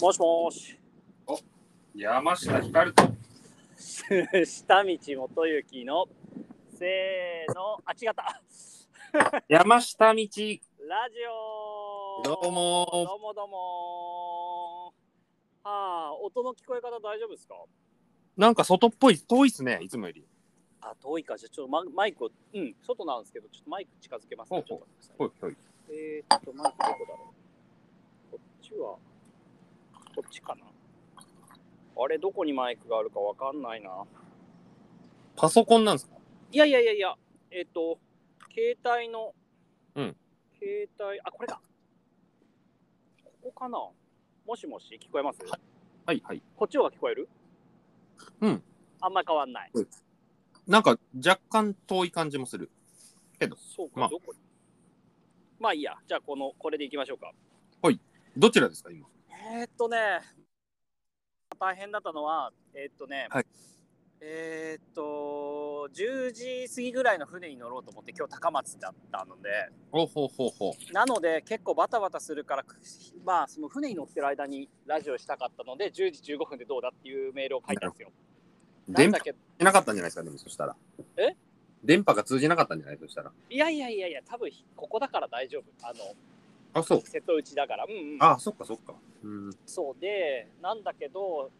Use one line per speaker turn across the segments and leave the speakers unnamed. もしもし。
山下ひかると。
下道元行の、せーの、あ、違った。
山下道。ど
ラジオ
うも
どうもどうもああ、音の聞こえ方大丈夫ですか
なんか外っぽい、遠いっすね、いつもより。
あ、遠いか。じゃあちょっとママイクを、うん、外なんですけど、ちょっとマイク近づけますね。ち
ほ
ょ
う
っと待ってください
ほいほい。
えー、っと、マイクどこだろう。こっちは、こっちかな。あれ、どこにマイクがあるかわかんないな。
パソコンなんですか
いやいやいやいや、えっ、と、携帯の、
うん
携帯、あ、これだ。ここかな。もしもし、聞こえます、
はいはい。
こっちは聞こえる
うん。
あんま変わんない。
なんか若干遠い感じもする。
そうか、
まあ
どこまあいいや、じゃあこの、これでいきましょうか。
どちらですか、今。
えー、っとね、大変だったのは、えー、っとね、
はい
えー、っと、10時過ぎぐらいの船に乗ろうと思って、今日高松だったので、
ほうほうほうほう。
なので結構バタバタするから、くまあ、その船に乗ってる間にラジオしたかったので10時15分でどうだっていうメールを書いたんですよ。なん
電波
だ
が
けど
なかったんじゃないですか、でもそしたら。
え
電波が通じなかったんじゃないそしたら。
いやいやいやいや多分ここだから大丈夫あの
あ、そう。
瀬戸内だから。うんうん、
あ、そっかそっか。うん。
そうでなんだけど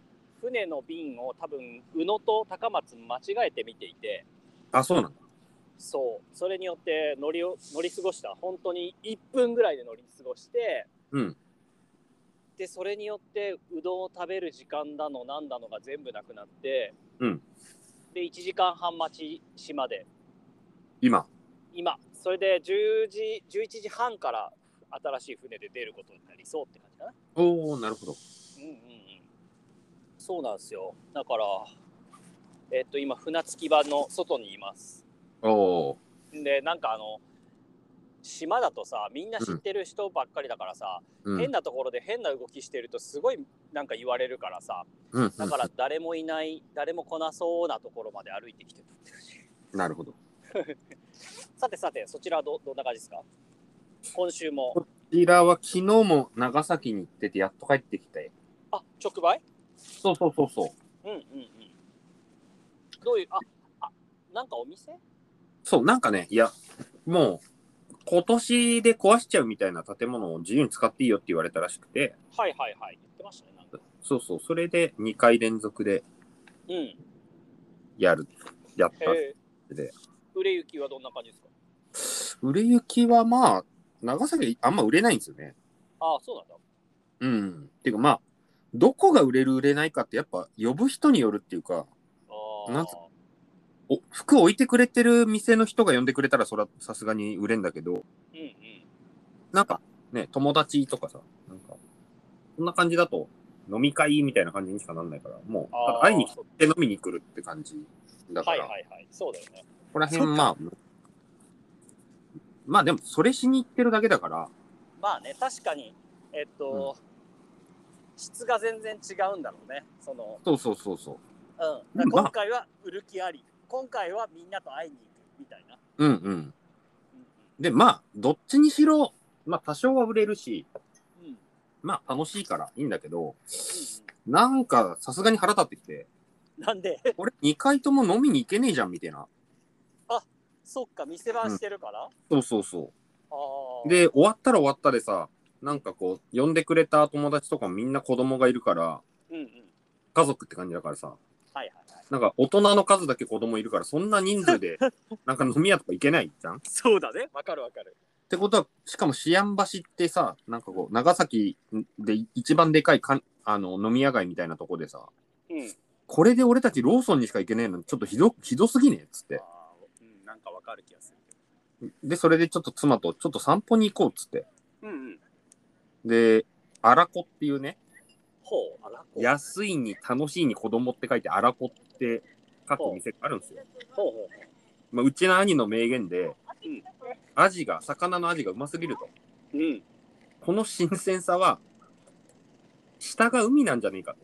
船の便を多分宇野と高松間違えて見ていて
あ、そうなんだ。
そうそれによって乗りを乗り過ごした本当に1分ぐらいで乗り過ごして。
うん。
でそれによってうどんを食べる時間だのなんだのが全部なくなって、
うん
で1時間半待ち島で
今。
今それで10時11時半から新しい船で出ることになりそうって感じかな
おー、なるほど。
うんうんうんそうなんですよだからえっと今船着き場の外にいます
おー。
でなんかあの島だとさみんな知ってる人ばっかりだからさ、
うん。
変なところで変な動きしてるとすごいなんか言われるからさ、
うんうん
だから誰もいない、誰も来なそうなところまで歩いてきてるって感じ。
なるほど。こ
さてさて、そちらはどどんな感じですか今週も。
ちらは昨日も長崎に行ってて、やっと帰ってきて。
あ、直売
そうそうそうそう。
うんうんうん。どういう、あ、あ、なんかお店
そう、なんかね、いや、もう、今年で壊しちゃうみたいな建物を自由に使っていいよって言われたらしくて、
はいはいはい。言ってましたね、なんか。
そうそう、それで2回連続で
うん。へ
やる、やった。
え。
で
売れ行きはどんな感じですか
売れ行きはまあ、長崎あんま売れないんですよね。
あそうなんだ。
うん。ていうかまあ、どこが売れる売れないかってやっぱ呼ぶ人によるっていうか、
あー
なんつお服置いてくれてる店の人が呼んでくれたらそらさすがに売れんだけど、
うんうん。
なんかね、友達とかさ、なんか、こんな感じだと飲み会みたいな感じにしかなんないから、もう、た
あ
だ
ー
会いに来て飲みに来るって感じだか
はい
ら、
はいはい。そうだよね。
ここら辺まあ、まあでもそれしに行ってるだけだから、
まあね、確かに、えっと、質が全然違うんだろうね。その、
そうそうそうそう。
うん、だから
うん
今回は売る気あり、今回はみんなと会いに行くみたいな。
うんうん。
う
で、まあ、どっちにしろ、まあ多少は売れるし、
んうんうんうん
まあ楽しいからいいんだけど、なんかさすがに腹立って きて、
なんで、
俺2回とも飲みに行けねえじゃんみたいな。
そっか、店番してるから。
そうそうそ
あ
う。
あ。
で、終わったら終わったでさ、なんかこう、呼んでくれた友達とかもみんな子供がいるから、
うんうん。
家族って感じだからさ、
はいはいはい。
なんか大人の数だけ子供いるから、そんな人数で、なんか飲み屋とか行けないじゃんっ
そうだね。わかるわかる。
てことは、しかも思案橋ってさ、なんかこう、長崎で一番でかいかんあの飲み屋街みたいなとこでさ、
うん。
これで俺たちローソンにしか行けねえのちょっとひどひどすぎねえっつって
ああ、うん、なんかわかる気がするけ
でそれでちょっと妻とちょっと散歩に行こうっつって
ど。うんうん。
で荒子っていうね
ほう、あらこ。
安いに楽しいに子供って書いて荒子って書く店があるんですよ、
ほうほうほ
まあ、うちの兄の名言で、
うん
アジが魚のアジがうますぎると
う。うん。
この新鮮さは下が海なんじゃねえかと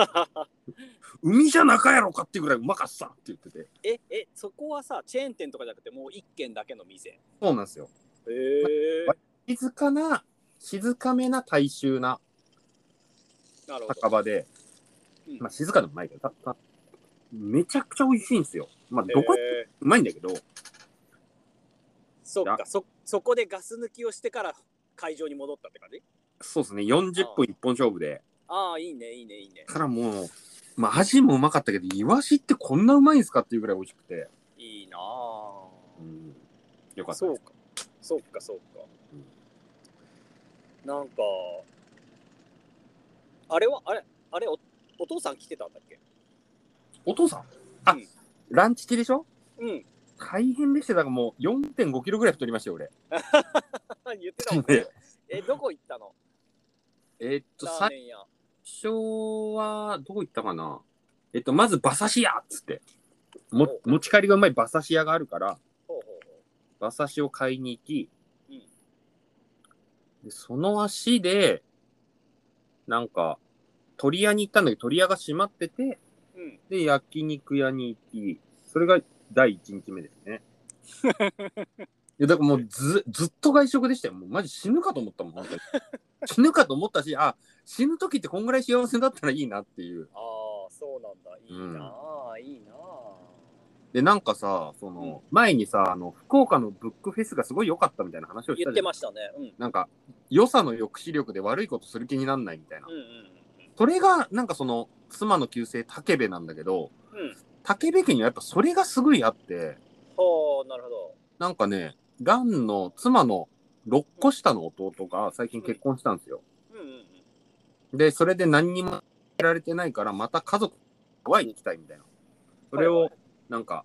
海じゃなかやろかっていうぐらいうまかったって言ってて
え、え、そこはさ、チェーン店とかじゃなくて、もう一軒だけの店。へ
そうなんですよ
え。
静かな静かめな大衆な
なるほ
酒
ど。
場で、
うん
まあ、静かでもないけど、たためちゃくちゃ美味しいんですよ。まあ、どこ、
えー
うまいんだけど、
そっかそ、そこでガス抜きをしてから会場に戻ったって感じ
そうですね、40分一本勝負で、
ああ、いいね、いいね、いいね。
からもう、まあ、味もうまかったけど、イワシってこんなうまいんすかっていうぐらい美味しくて、
いいなあ。
うん、よかった
そ
で
う
す。
か、そうか、そうか。なんか、あれは、あれ、あれお、お父さん来てたんだっけ
お父さんあ、
うん
ランチ系でしょ
うん。
大変でしたよだからもう4.5キロぐらい太りましたよ、俺。
言ってたもんね
で。
え、どこ行ったの
えーっと、
ラ
最
ーメン屋。
初は、どこ行ったかなえっと、まず馬刺し屋っつって。も
お
持ち帰りがうまい馬刺し屋があるから、
ほうほうほ
馬刺しを買いに行き、
うん
でその足で、なんか、鳥屋に行ったんだけど、鳥屋が閉まってて、
う。うん。
で、焼肉屋に行き、それが第1日目で すね。いや、だからもうず、ずっと外食でしたよ。もうマジ死ぬかと思ったもん、本 当に。死ぬかと思ったし、あ、死ぬ時ってこんぐらい幸せだったらいいなっていう。
ああ、そうなんだ。いいなあ、いいなあ。
で、なんかさ、その、前にさ、あの、福岡のブックフェスがすごい良かったみたいな話をし
言
た
っ
じ
て
ゃん。
ましたね。うん。
なんか、良さの抑止力で悪いことする気になんないみたいな。
うん
それが、なんかその、妻の旧姓、武部なんだけど、
うんうん。うん。
武部家にはやっぱそれがすごいあって、
ほう、なるほど。
なんかね、ガンの妻の6個下の弟が最近結婚したんですよ。
うんうんうん。
で、それで何にもやられてないから、また家族、ハワイに行きたいみたいな。それ
はい
を
は、
なんか、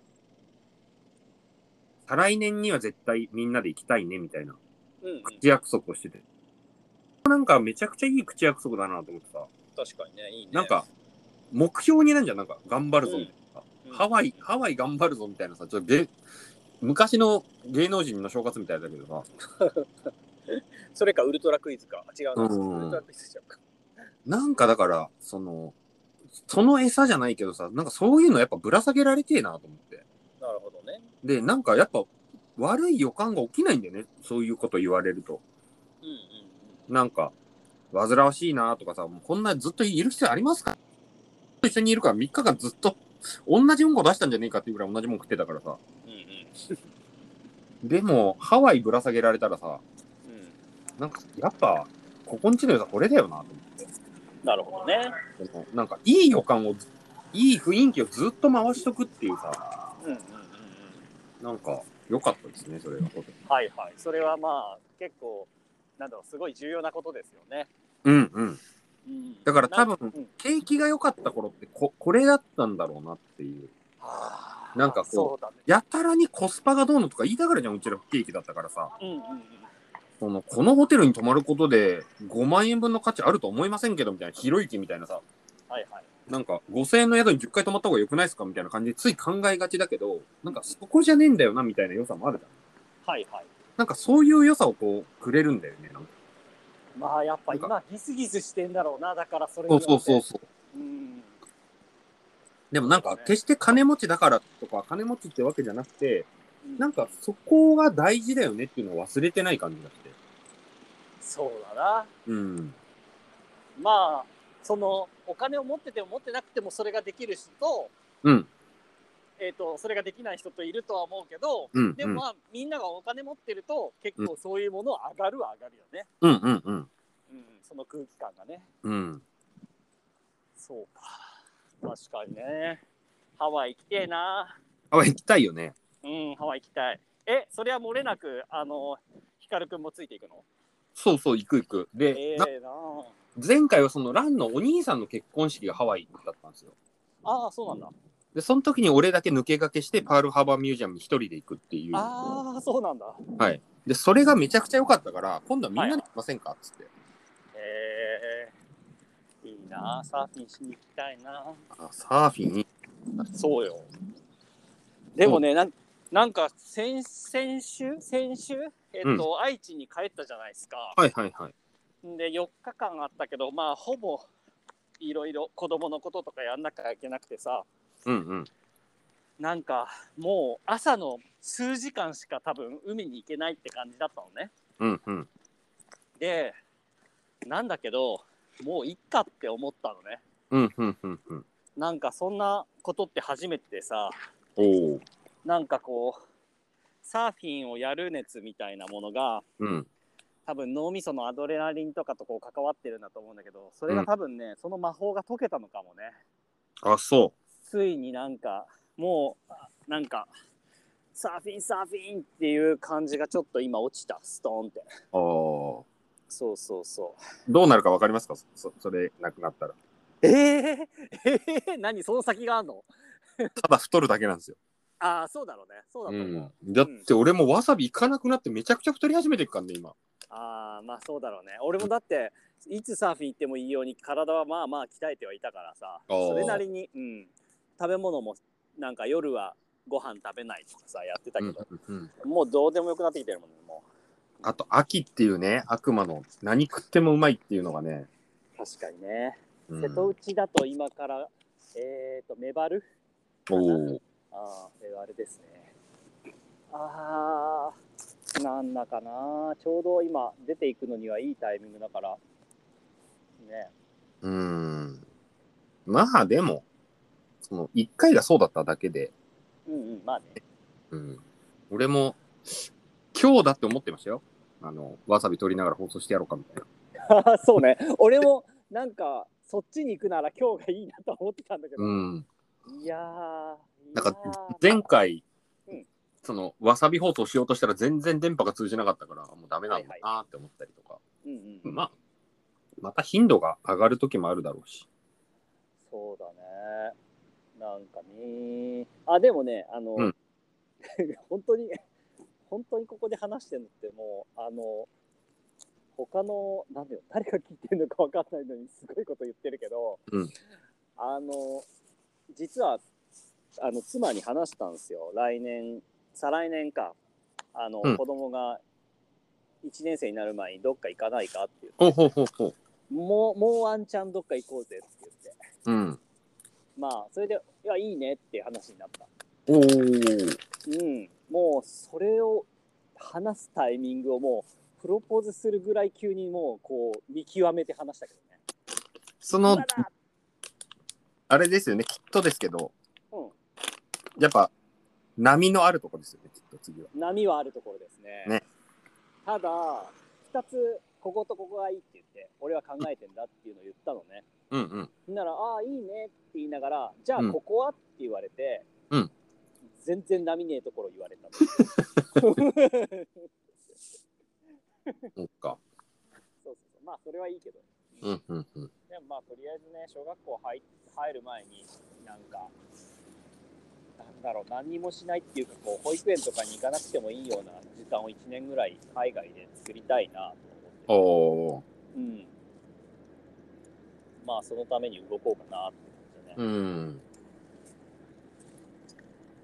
再来年には絶対みんなで行きたいねみたいな
うん、うん。
口約束をしてて。なんかめちゃくちゃいい口約束だなと思ってさ。
確かにね、いいね。
なんか、目標になんじゃん、なんか、頑張るぞみたいな。
うん、
ハワイ、ハワイ頑張るぞみたいなさ、ちょっとげ昔の芸能人の正月みたいだけどさ。
それかウルトラクイズか。あ違うな、
うん
ウルトラクイズちゃうか。
なんかだから、その、その餌じゃないけどさ、なんかそういうのやっぱぶら下げられてえなと思って。
なるほどね。
で、なんかやっぱ悪い予感が起きないんだよね。そういうこと言われると。
うんうん
なんか、煩わしいなとかさ、もうこんなずっといる必要ありますか一緒にいるから3日間ずっと同じうんこ出したんじゃねえかっていうぐらい同じもん食ってたからさ。
うん。うん
でも、ハワイぶら下げられたらさ、
うん。うん。
なんかやっぱ、ここんちの良さこれだよなと思って。
なるほどね。
そのなんかいい予感を、いい雰囲気をずっと回しとくっていうさ。
うんうんうんうん。
なんか、良かったですね、それが。
はいはい。それはまあ、結構、なんだろう、すごい重要なことですよね。
うんうん。
うん
だから多分
うん
景気が良かった頃ってこ、これだったんだろうなっていう。
はあ
なんかこう
そうだね。
やたらにコスパがどうのとか言いたがるじゃん、うちらケーキだったからさ。
うんうんうん。
その、このホテルに泊まることで5万円分の価値あると思いませんけど、みたいな、ひろゆきみたいなさ、
はいはい。
なんか5000円の宿に10回泊まった方が良くないですかみたいな感じでつい考えがちだけど、なんかそこじゃねえんだよな、みたいな良さもあるじゃん。
はいはい。
なんかそういう良さをこう、くれるんだよね。なんか
まあ、やっぱ
な
今、ギスギスしてんだろうな。だから、それに
そ
よ
う
って
そうそうそう。
うん。
でもなんか、決して金持ちだからとか、金持ちってわけじゃなくて、
うん
なんかそこが大事だよねっていうのを忘れてない感じがして。
そうだな。
うん。
まあ、その、お金を持ってても持ってなくてもそれができる人と、
うん。
えー、とそれができない人といるとは思うけど、
うん。
でもまあ、みんながお金持ってると結構そういうものは上がるは上がるよね、
うんうんうん。
うん、その空気感がね
うん。
そうか確かにねハワイ行きてえな
あ、行きたいよね。
うんハワイ行きたいえそれは漏れなくあのヒカルくんもついていくの
そうそう、行く行く。で、
ええ
な
な
前回はそのランのお兄さんの結婚式がハワイだったんですよ。
ああーそうなんだ、
で、その時に俺だけ抜け駆けしてパールハーバーミュージアムに一人で行くっていう。
ああそうなんだ
はい。で、それがめちゃくちゃ良かったから、今度はみんなで行きませんかっつって。
ええいいなサーフィンしに行きたいな
あサーフィンに。
そうよ。でもね、なんなんか先先週先週えっ、と、愛知に帰ったじゃないですか。
はいはいはい。
で4日間あったけどまあほぼいろいろ子供のこととかやんなきゃいけなくてさ
うんうん。
なんかもう朝の数時間しか多分海に行けないって感じだったのね。
うんうん。
でなんだけどもういっかって思ったのね
うんうんうんうん。
なんかそんなことって初めてでさ
おお。
なんかこうサーフィンをやる熱みたいなものが
うん。
多分脳みそのアドレナリンとかとこう関わってるんだと思うんだけどそれが多分ね、その魔法が解けたのかもね
あ、そ
ついになんかもうなんかサーフィンサーフィンっていう感じがちょっと今落ちたストーンって
う。ああ。
そうそうそ
どうなるかわかりますかそそれなくなったら。
うえー、えー、何その先があんの
ただ太るだけなんですよ。
ああそうだろうねそうだと
う
思う、
ん。だって俺もわさびいかなくなってめちゃくちゃ太り始めていくからね、今。
ああまあそうだろうね俺もだっていつサーフィン行ってもいいように体はまあまあ鍛えてはいたからさ
あー
それなりに、うん、食べ物もなんか夜はご飯食べないとかさやってたけど、
うんうんうん
もうどうでもよくなってきてるもんねも
あと、秋っていうね、悪魔の何食ってもうまいっていうのがね。
う確かにね、
うん
瀬戸内だと今からえっ、ー、とメバル
おお。
ああ、メバルですね。ああ、なんだかな。ちょうど今出ていくのにはいいタイミングだから。ね。
うん。まあでも、その1回がそうだっただけで、
うんうん、まあね。
うん。俺も、今日だって思ってましたよ。あの、わさび取りながら放送してやろうかみたいな。
そうね。俺もなんかそっちに行くなら今日がいいなと思ってたんだけど。
うん。
いやー。
なんか
いやー
前回
うん、
そのわさび放送しようとしたら全然電波が通じなかったからもうダメなんだなって思ったりとか、
うんうん、
まあまた頻度が上がる時もあるだろうし
そうだね。なんかね。あ、でもね、あの、
うん
本当に、本当にここで話してるのって、もう、あの、他の、なんだよ、誰が聞いてるのか分かんないのに、すごいこと言ってるけど、
うん
あの、実は、あの、妻に話したんですよ。来年、再来年か、あの、
うん
子供が1年生になる前にどっか行かないかっていう。
ほうほうほうほう
もう、もうワンチャンどっか行こうぜって言って。
うん
まあ、それで、いや、いいねっていう話になった。
おお
うん。もう、それを話すタイミングをもう、プロポーズするぐらい急にもう、こう、見極めて話したけどね。
そ
ま
の
だ
あれですよねきっとですけど
う
やっぱ波のあるとこですよねきっと次は
ん。波はあるところですね。
ね
ただ、二つ、こことここがいいって言って、俺は考えてんだっていうのを言ったのね。
うんうん
なら、ああ、いいねって言いながら、じゃあ、
うん
ここはって言われて、
うん
全然波ねえところ言われたの。
そっか
そうそうそう。まあ、それはいいけど。
うんうんうん
でもまあとりあえずね小学校入入る前になんかなんだろう何にもしないっていうかこう保育園とかに行かなくてもいいような時間を1年ぐらい海外で作りたいなと
お
思って
お
うんまあそのために動こうかなって感じでね、
うん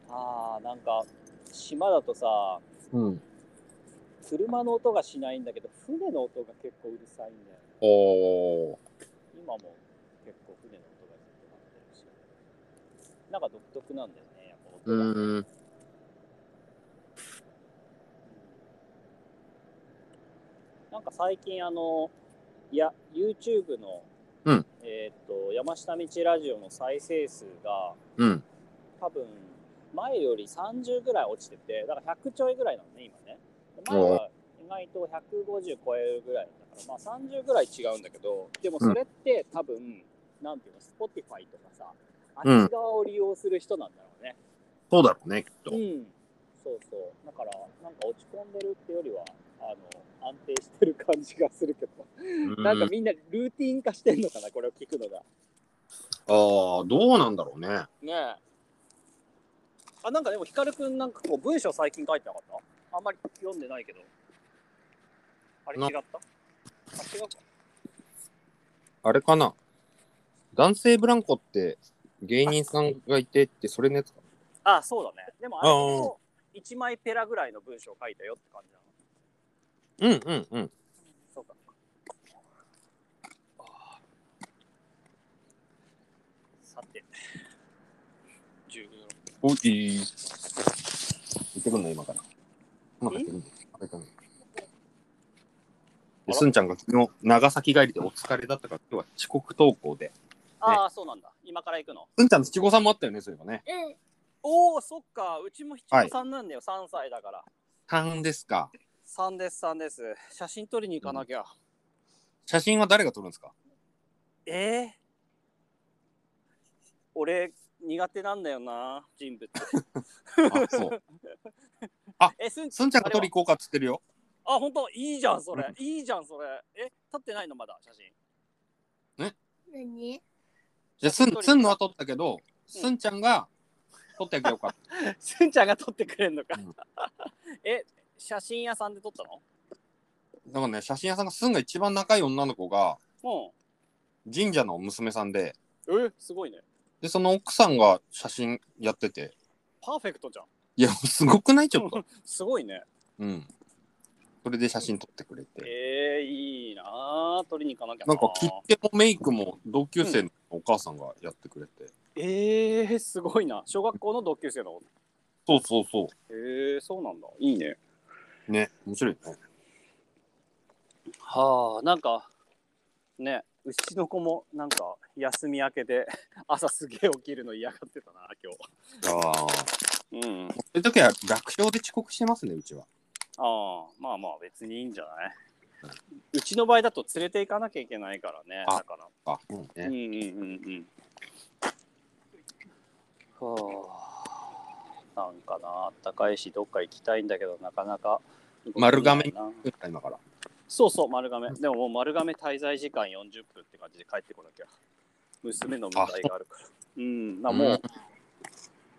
ああなんか島だとさ
うん
車の音がしないんだけど船の音が結構うるさいんだよね
おお
今も結構船の音がずっと鳴ってるしなんか独特なんだよねやっぱ音が。
うん
なんか最近あのいや YouTube の、
うん
えっ、と山下道ラジオの再生数が
うん
多分前より30ぐらい落ちててだから100ちょいぐらいなのね今ねで前
お
は意外と150超えるぐらいだからまあ30ぐらい違うんだけどでもそれって多分、なんていうの Spotify とかさあ
うん
っち側を利用する人なんだろうね、
そうだろうねきっと
うん、そうそうだからなんか落ち込んでるってよりはあの安定してる感じがするけど、なんかみんなルーティン化してんのかなこれを聞くのが
ああどうなんだろうね
ねえあなんかでも光くんなんかこう文章最近書いてなかったあんまり読んでないけどあれ違
な
ったあ違うか
あれかな男性ブランコって芸人さんがいてってそれのやつか
あそうだねでもあれ
ああ
も1枚ペラぐらいの文章書いたよって感じなの
うんうんうん。
そうかさて10分
おい。行ってくんの今から。まだ行ってくんの。行ってくんの
あ
すんちゃんが昨日、長崎帰りでお疲れだったから、今日は遅刻登校で。
ああ、そうなんだ。今から行くの。
すんちゃんの七五三もあったよね、そういえばね。
うん。
おお、そっか。うちも七五三なんだよ。三、歳だから。
3ですか。
三です、三です。写真撮りに行かなきゃ。
写真は誰が撮るんですか
えー俺、苦手なんだよな、人物。
あ、そう。
え、すん
すんちゃんが撮り行こうかっつってるよ。
あ、本当いいじゃん、それ。いいじゃん、それ。え、撮ってないの、まだ、写真。
何
じゃあ、すん、すんのは撮ったけど、すんちゃんが撮ってあげようか。
すんちゃんが撮ってくれんのか。
うん
え、写真屋さんで撮ったの
だからね、写真屋さんがすんが一番仲いい女の子が、神社の娘さんで、
うん。え、すごいね。
で、その奥さんが写真やってて、
パーフェクトじゃん。
いや、すごくないちょっと。
すごいね。
うん。それで写真撮ってくれて。
えー、いいなあ撮りに行かなきゃな
な
ん
か切手もメイクも同級生のお母さんがやってくれて。
えー、すごいな。小学校の同級生の。
そうそうそ
えー、そうなんだ。いいね。
う。ね、面白いね。
はあ、なんか、ね、うちの子もなんか休み明けで 朝すげえ起きるの嫌がってたな、
ああ。
今日。うん。
そういう時は楽勝で遅刻してますね、うちは。
ああ、まあまあ別にいいんじゃないうちの場合だと連れて行かなきゃいけないからね。
あ
だから。
あ、うん
うん
ね。
うんうんうん。はあ。なんかな、あったかいし、どっか行きたいんだけど、なかなか。
丸亀
動けないな
今から。
そうそう、丸亀。でももう丸亀滞在時間40分って感じで帰ってこなきゃ。娘の迎えがあるから。うん、なもう、
うん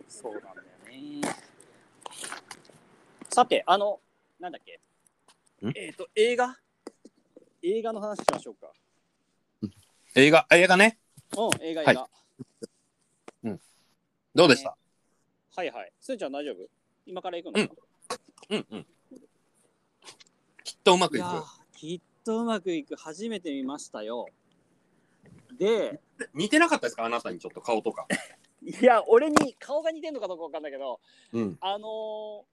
そうなんだよね。さて、あの、なんだっけ
ん。
えっ、と、映画映画の話しましょうか。
映画、映画ね。
うん、映画映
はい
画。
どうでした、
はいはい。すーちゃん大丈夫今から行くの、
うんうんうん。きっとうまく
い
い
や
く。
ーきっとうまくいく。初めて見ましたよ。で、
似てなかったですかあなたにちょっと顔とか。
いや、俺に顔が似てんのかどうかわかんないけど、
うん。
あのー思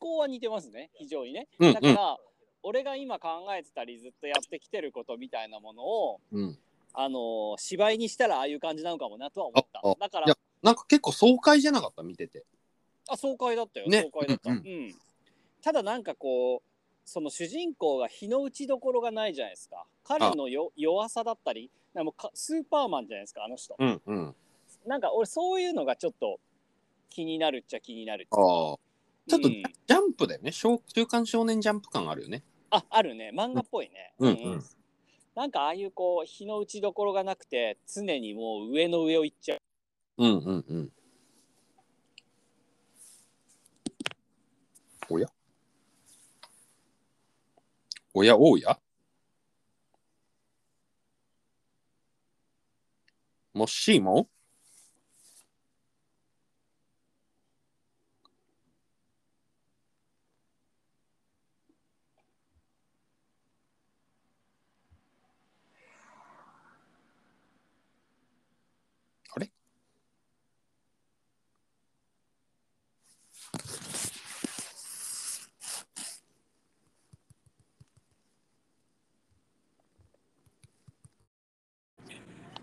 考は似てますね、非常にね。
うん
だから、俺が今考えてたりずっとやってきてることみたいなものを、
うん。
あのー芝居にしたらああいう感じなのかもなとは思った
ああ。
だか
いや
ら、
なんか結構爽快じゃなかった見てて。
あ爽快だったよ、
ね
爽快だった、
う
うんんただなんかこうその主人公が日の打ちどころがないじゃないですか彼のよ弱さだったりなんかもうかスーパーマンじゃないですかあの人、
うんうん。
なんか俺そういうのがちょっと気になるっちゃ気になる
ああ。ちょっと
うん
ジャンプだよね。小中間少年ジャンプ感あるよね。
ああるね漫画っぽいね
うんうん
なんかああいうこう日の打ちどころがなくて常にもう上の上を行っちゃう
うんうんうん。おやおやおやもっしーも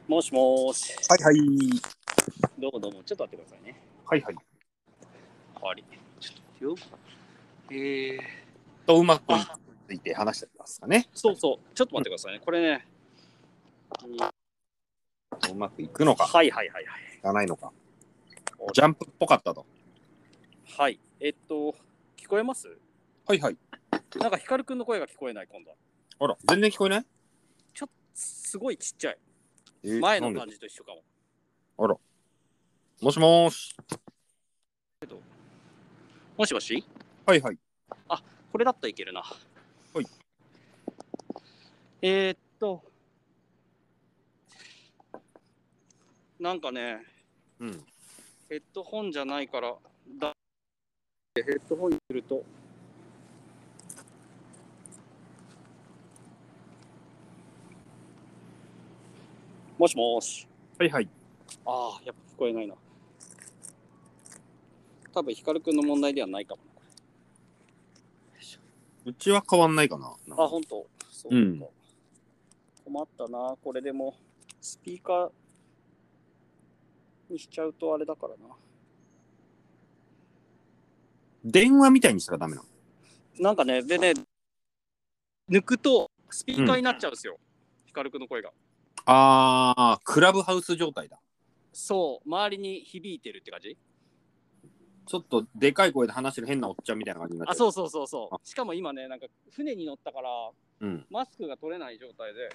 もしもーし
はいはい。
どうもどうもちょっと待ってくださいね
はいはい。
ありちょっと待ってよえー、
とうまく
あ
いって話してますかね。
そうそうちょっと待ってくださいねこれね
うまくいくのか、
はいはいはいはい
いかないのか。ジャンプっぽかったと。
はい。えっと、聞こえます
はいはい。
なんか光くんの声が聞こえない、今度は。
あら、全然聞こえない
ちょっと、すごいちっちゃい。
えー
前
な
の
んで
感じと一緒かも。
もしもーし。
もしもし
はいはい。
これだったらいけるな。
はい。
えー、っと、なんかね、
うん。
ヘッドホンじゃないから、だヘッドホンにすると。もしもーし。
はいはい。
ああ、やっぱ聞こえないな。多分光くんの問題ではないかも
うちは変わんないかな。なん
な。あ、
か
本当。そうう
うん
か。困ったな。これでも、スピーカーにしちゃうとあれだからな。
電話みたいにしたらダメなの。
なんかね、でね、抜くとスピーカーになっちゃうんですよ。ヒカルくんの声が。
あー、クラブハウス状態だ。
そう、周りに響いてるって感じ
ちょっとでかい声で話してる変なおっちゃんみたいな感じになっちゃ
あ、
う。。
そううそうそうそう。しかも今ね、なんか船に乗ったから、
うん。
マスクが取れない状態で。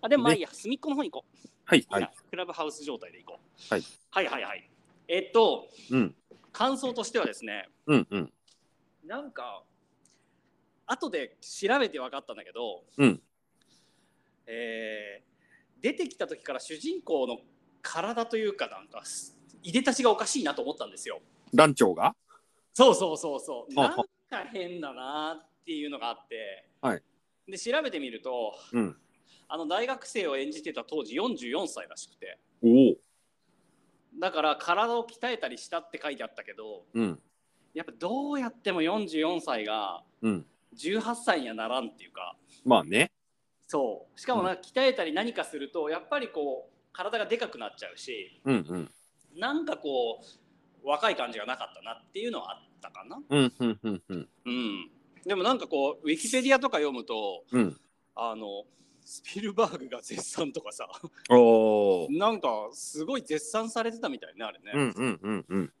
あ、でもまあいいや、隅っこの方に行こう。
はい、
いい
は。
ないクラブハウス状態で行こう。
はい、
はいはいはいえっと、
うん、
感想としてはですね、
うん、うん。
なんか、後で調べて分かったんだけど、
うん
えー出てきた時から主人公の体というか、なんか、すいでたちがおかしいなと思ったんですよ。
団長が
そうそうそうそう。
はあ
なんか変だなっていうのがあって、
はい
で調べてみると、
うん。
あの大学生を演じてた当時44歳らしくて、
おお。
だから体を鍛えたりしたって書いてあったけど、
うん、
やっぱどうやっても44歳が
うん。
18歳にはならんっていうか、
まあね。
そうしかもなんか鍛えたり何かするとやっぱりこう体がでかくなっちゃうし
うん、うん。
なんかこう若い感じがなかったなっていうのはあったかな、
うん、うん、うん、うん。
うん、でもなんかこうウィキペディアとか読むと
うん。
あのスピルバーグが絶賛とかさ
おお。
なんかすごい絶賛されてたみたいねあれね、
うん、うん、うん、うん。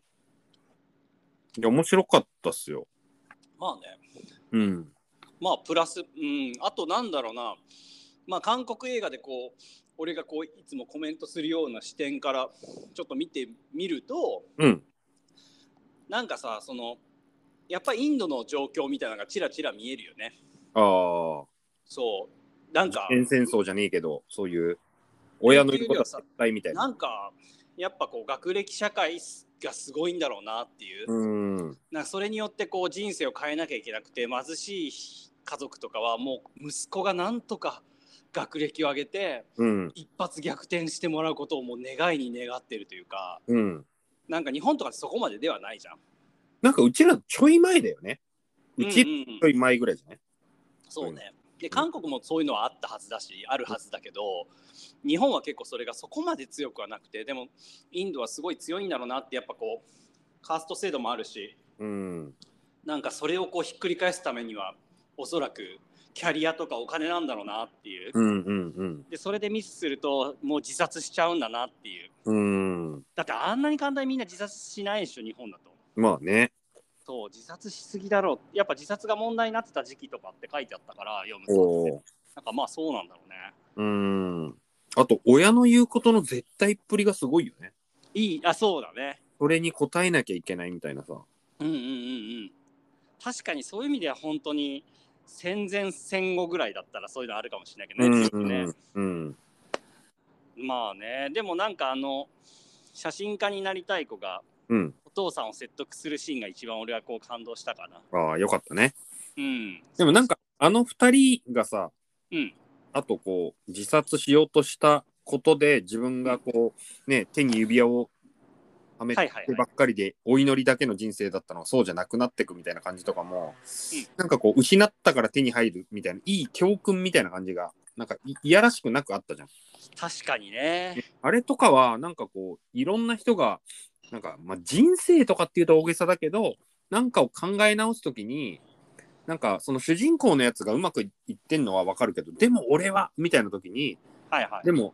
いや、面白かったっすよ。
まあね
うん。
まあプラス、うん、あとなんだろうな、まあ、韓国映画でこう俺がこういつもコメントするような視点からちょっと見てみると
うん。
なんかさそのやっぱインドの状況みたいなのがちらちら見えるよね
あ
そうなんか
あ。遠戦争じゃねえけど、そういう。親の言うことは絶対みたいな。
なんかやっぱこう学歴社会がすごいんだろうなっていう、
うん。
なんかそれによってこう人生を変えなきゃいけなくて貧しい家族とかはもう息子がなんとか学歴を上げて
うん。
一発逆転してもらうことをもう願いに願ってるというか
うん。
なんか日本とかってそこまでではないじゃん。
なんかうちらちょい前だよね。うち
うん
ち
うんうん
ょい前ぐらいじゃない
そうね。で韓国もそういうのはあったはずだしあるはずだけど日本は結構それがそこまで強くはなくてでもインドはすごい強いんだろうなってやっぱこうカースト制度もあるし
うん。
なんかそれをこうひっくり返すためにはおそらくキャリアとかお金なんだろうなっていう
うんうん
でそれでミスするともう自殺しちゃうんだなっていう
うん。うん。
だってあんなに簡単にみんな自殺しないでしょ日本だと。
まあね。
そう自殺しすぎだろうやっぱ自殺が問題になってた時期とかって書いてあったから読む
お
と
お
なんかまあそうなんだろうね
ー。うん。あと、親の言うことの絶対っぷりがすごいよね。
いいあそうだね
それに答えなきゃいけないみたいなさ。
うんうんうんうん確かにそういう意味では本当に戦前戦後ぐらいだったらそういうのあるかもしれないけどね,、ね
うん。
まあねでもなんかあの写真家になりたい子が
うん。
お父さんを説得するシーンが一番俺はこう感動したかな
ああ、よかったね。
うん
でもなんか、あの二人がさ、
うん
あとこう、自殺しようとしたことで、自分がこう、ね、手に指輪をはめ
は
て
いはい
ば
は
っかりで、お祈りだけの人生だったのがそうじゃなくなってくみたいな感じとかも、なんかこう、失ったから手に入るみたいな、いい教訓みたいな感じが、なんかいいやらしくなくあったじゃん。
い確かにね
あれとかは、なんかこう、いろんな人が、なんか、まあ、人生とかっていうと大げさだけど、なんかを考え直すときに、なんかその主人公のやつがうまくいってんのはわかるけど、でも俺は、みたいなときに、
はいはい
でも、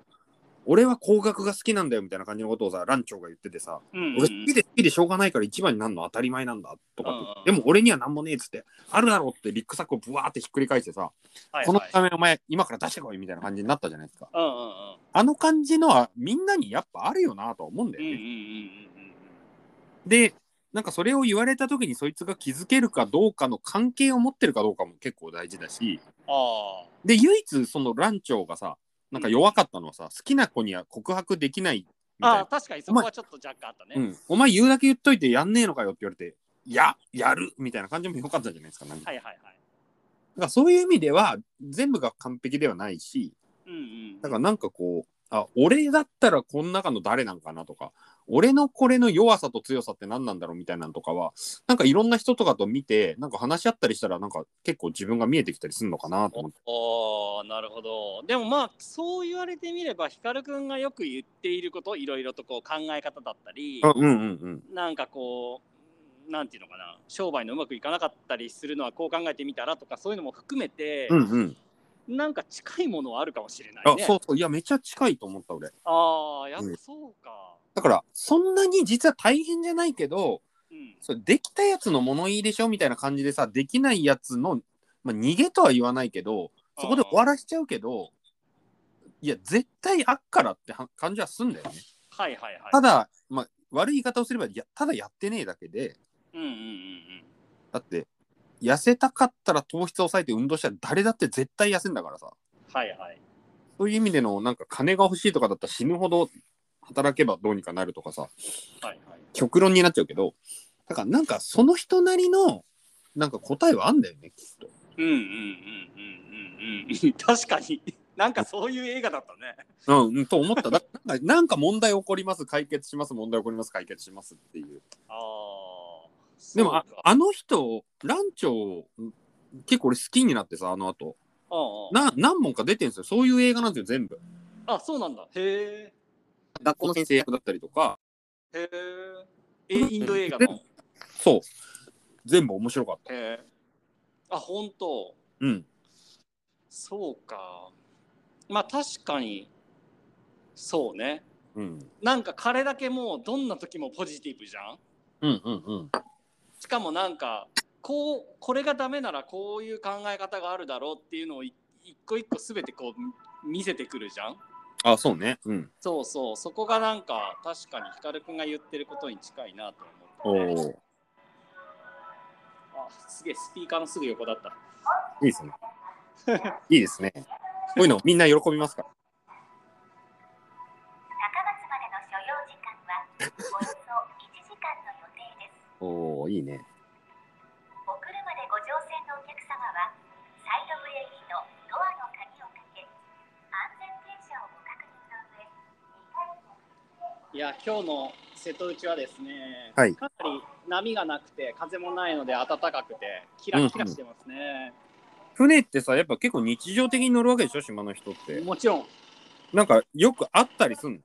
俺は工学が好きなんだよみたいな感じのことをさ、ランチョーが言っててさ、
うんうんうん
俺好きで好きでしょうがないから一番になるの当たり前なんだとかって、
うん
でも俺にはなんもねえっつって、あるだろうってリュックサックをぶわーってひっくり返してさ、
はい
この
はい
ためお前今から出してこいみたいな感じになったじゃないですか。
うんうんうん
あの感じのはみんなにやっぱあるよなとは思うんだ
う
よ
んうん
ね。
うんうんうん
でなんかそれを言われた時にそいつが気づけるかどうかの関係を持ってるかどうかも結構大事だし
ああ
で唯一そのランチョーがさなんか弱かったのはさ好きな子には告白できないみたい
あ
な
あ、確かにそこはちょっと若干あったね。
うん、お前言うだけ言っといてやんねえのかよって言われてややるみたいな感じも良かったじゃないですかなんか
はいはいはい。
だからそういう意味では全部が完璧ではないし
うんうん。
だからなんかこうあ俺だったらこの中の誰なんかなとか俺のこれの弱さと強さって何なんだろうみたいなのとかはなんかいろんな人とかと見てなんか話し合ったりしたらなんか結構自分が見えてきたりするのかなと思って
おーなるほどでもまあそう言われてみれば光くんがよく言っていることいろいろとこう考え方だったり、
あうんうんうん
なんかこうなんていうのかな商売のうまくいかなかったりするのはこう考えてみたらとかそういうのも含めて、
うんうん
なんか近いものはあるかもしれない
あ
ね
そうそういやめちゃ近いと思った俺
あーやっぱそうか、
だからそんなに実は大変じゃないけど
うん、
それできたやつの物言いでしょみたいな感じでさできないやつの、まあ、逃げとは言わないけどそこで終わらしちゃうけどいや絶対あっからっては感じはすんだよね
はいはいはい
ただ、まあ、悪い言い方をすればいやただやってねえだけで
うんうんうんうん
だって痩せたかったら糖質抑えて運動したら誰だって絶対痩せんだからさ
はいはい
そういう意味でのなんか金が欲しいとかだったら死ぬほど働けばどうにかなるとかさ
はいはい
極論になっちゃうけどだからなんかその人なりのなんか答えはあんだよねきっと。
うんうんうんうんうん うん確かになんかそういう映画だったね
うん、うんと思っただなんか。なんか問題起こります、解決します、問題起こります、解決しますっていう。
ああ
でもあ
そう、か
あの人、ランチョウ、結構俺好きになってさ、あの後。
うんうん
な何本か出てるんですよ。そういう映画なんですよ、全部。
あそうなんだへ
学校の先生役だったりとか、
えへええインド映画の
そう。全部面白かった。
へえあ本当
うん。
そうかまあ確かにそうね
うん。
なんか彼だけもうどんな時もポジティブじゃん
うんうんうん。
しかもなんかこうこれがダメならこういう考え方があるだろうっていうのをい一個一個全てこう見せてくるじゃん
あ、そうね。うん。
そうそうそこがなんか確かに光くんが言ってることに近いなと
お
思って、
お。い
あすげえスピーカーのすぐ横だった
いです ね。いいですね。こういうのみんな喜びますから。
高松までの所要時間はおよそ1時間の予定です。
おおいいね。
お車でご乗船のお客様はサイドブレーキとドアの鍵をかけ安全停車をご確認の上2階席
いや今日の瀬戸内はですね、
はい
かなり波がなくて風もないので暖かくてキラキラしてますね、
船ってさ、やっぱ結構日常的に乗るわけでしょ、島の人って。
もちろん
なんかよく会ったりすんの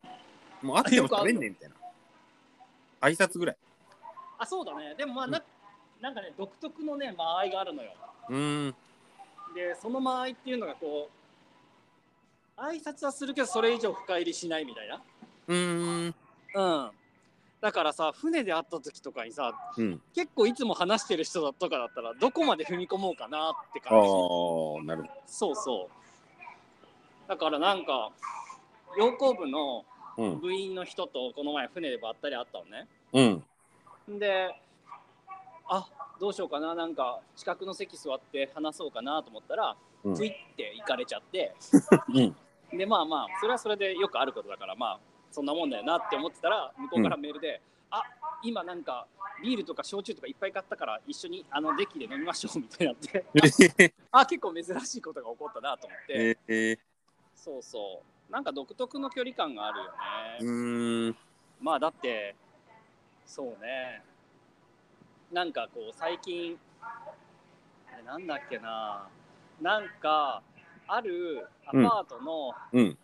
もう会っても食べんねんみたいな。挨拶ぐらい。
あそうだねでもまあな,、なんかね独特のね間合いがあるのよ
うーん。
でその間合いっていうのがこう挨拶はするけどそれ以上深入りしないみたいな
うーん。
うん、だからさ船で会った時とかにさ
うん。
結構いつも話してる人だとかだったらどこまで踏み込もうかなって
ああ
感じ、
なる
そうそうだからなんか陽光部の
ほど。うん。
部員の人とこの前船でばったり会ったのね
うん。
であどうしようかななんか近くの席座って話そうかなと思ったら、
うん
ついって行かれちゃって
うん。
でまあまあそれはそれでよくあることだからまあそんなもんだよなって思ってたら向こうからメールで「あ今なんかビールとか焼酎とかいっぱい買ったから一緒にあのデッキで飲みましょう」みたいになってあ結構珍しいことが起こったなと思って、
えー、
そうそうなんか独特の距離感があるよ
う
ね、
ーん。
まあだってそうねなんかこう最近あれなんだっけななんかあるアパートの、
うん。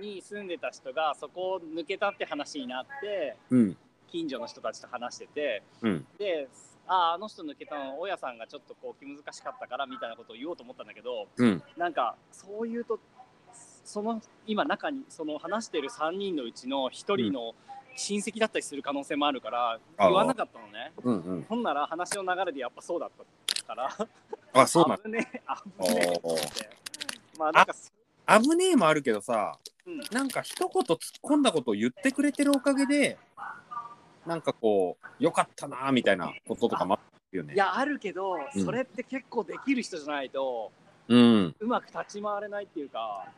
に住んでた人がそこを抜けたって話になって
うん。
近所の人たちと話してて
うん。
であああの人抜けたの大家さんがちょっとこう気難しかったからみたいなことを言おうと思ったんだけど
うん。
なんかそういうとその今中にその話してる3人のうちの1人の親戚だったりする可能性もあるから
あー
言わなかったのね
うん。うん。
ほんなら話の流れでやっぱそうだったから
あ、そうなん
危ねえ危ねえと思ってまあなんか
危ねえもあるけどさ、
うん
なんか一言突っ込んだことを言ってくれてるおかげで、なんかこう、よかったなーみたいなこととかもあるよね。
いやあるけど
うん
それって結構できる人じゃないと。
うん。
うまく立ち回れないっていうか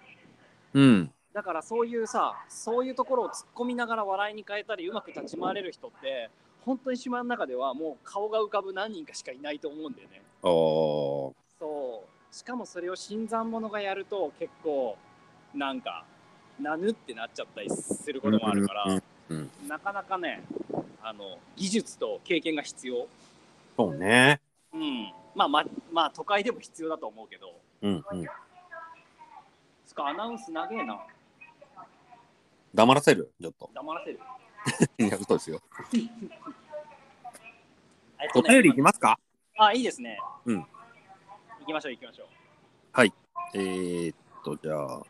うん。
だからそういうさそういうところを突っ込みながら笑いに変えたりうまく立ち回れる人って本当に島の中ではもう顔が浮かぶ何人かしかいないと思うんだよね
あー
そうしかもそれを新参者がやると結構なんかなぬってなっちゃったりすることもあるから、
うんうん
なかなかねあの技術と経験が必要、
そうね。
うん、まあままあ都会でも必要だと思うけど
うんうん。
つかアナウンス長えな
黙らせるちょっと。
黙らせる
いや、そうですよ。
えっと
お
ね
便りいきますか
あいいですね
うん
行きましょう行きましょう
えー、っと、じゃあ。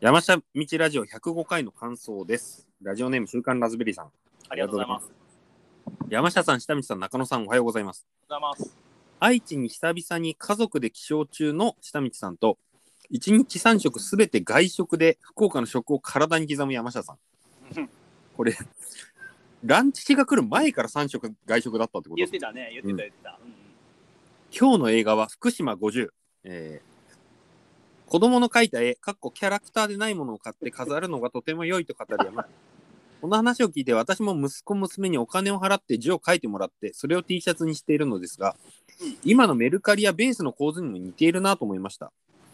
山下道ラジオ105回の感想です。ラジオネーム週刊ラズベリーさん。
ありがとうございます
山下さん、下道さん、中野さん、おはようございます。
ありがとうございます
愛知に久々に家族で起床中の下道さんと、1日3食すべて外食で福岡の食を体に刻む山下さん。これ、ランチが来る前から3食外食だったってこ と
言
で
っ
すか
てたね言ってた言ってた、うん
今日の映画は福島50。えー子供の描いた絵、かっこキャラクターでないものを買って飾るのがとても良いと語る山。この話を聞いて私も息子娘にお金を払って字を書いてもらってそれを T シャツにしているのですが
うん
今のメルカリやベースの構図にも似ているなと思いました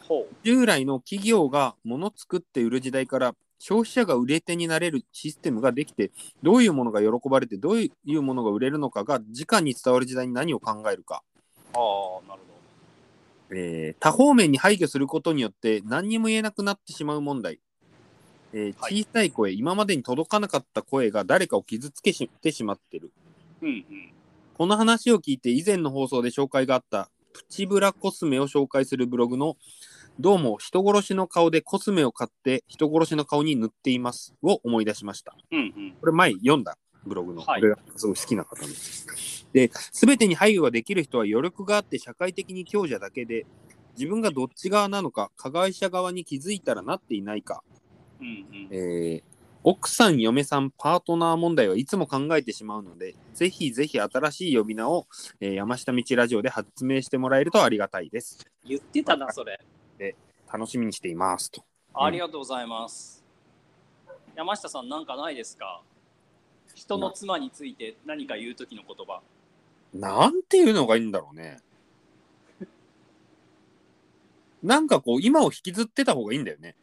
ほう
従来の企業が物作って売る時代から消費者が売れ手になれるシステムができてどういうものが喜ばれてどういうものが売れるのかが直に伝わる時代に何を考えるか
ああなる
えー多方面に廃墟することによって何にも言えなくなってしまう問題、えー
はい
小さい声、今までに届かなかった声が誰かを傷つけしてしまってる
ほどうんうん
この話を聞いて以前の放送で紹介があったプチブラコスメを紹介するブログのどうも人殺しの顔でコスメを買って人殺しの顔に塗っていますを思い出しました
うんうん
これ前読んだブログの、
はい
俺がすごい好きな方なんです。で、すべてに配慮ができる人は余力があって社会的に強者だけで、自分がどっち側なのか、加害者側に気づいたらなっていないか、
うんうん
えー奥さん、嫁さん、パートナー問題はいつも考えてしまうので、ぜひぜひ新しい呼び名を、えー山下道ラジオで発明してもらえるとありがたいです。
言ってたなそれ
楽しみにしていますと。
ありがとうございます。山下さん、なんかないですか人の妻について何か言うときの言葉。
なんていうのがいいんだろうね。なんかこう、今を引きずってた方がいいんだよね。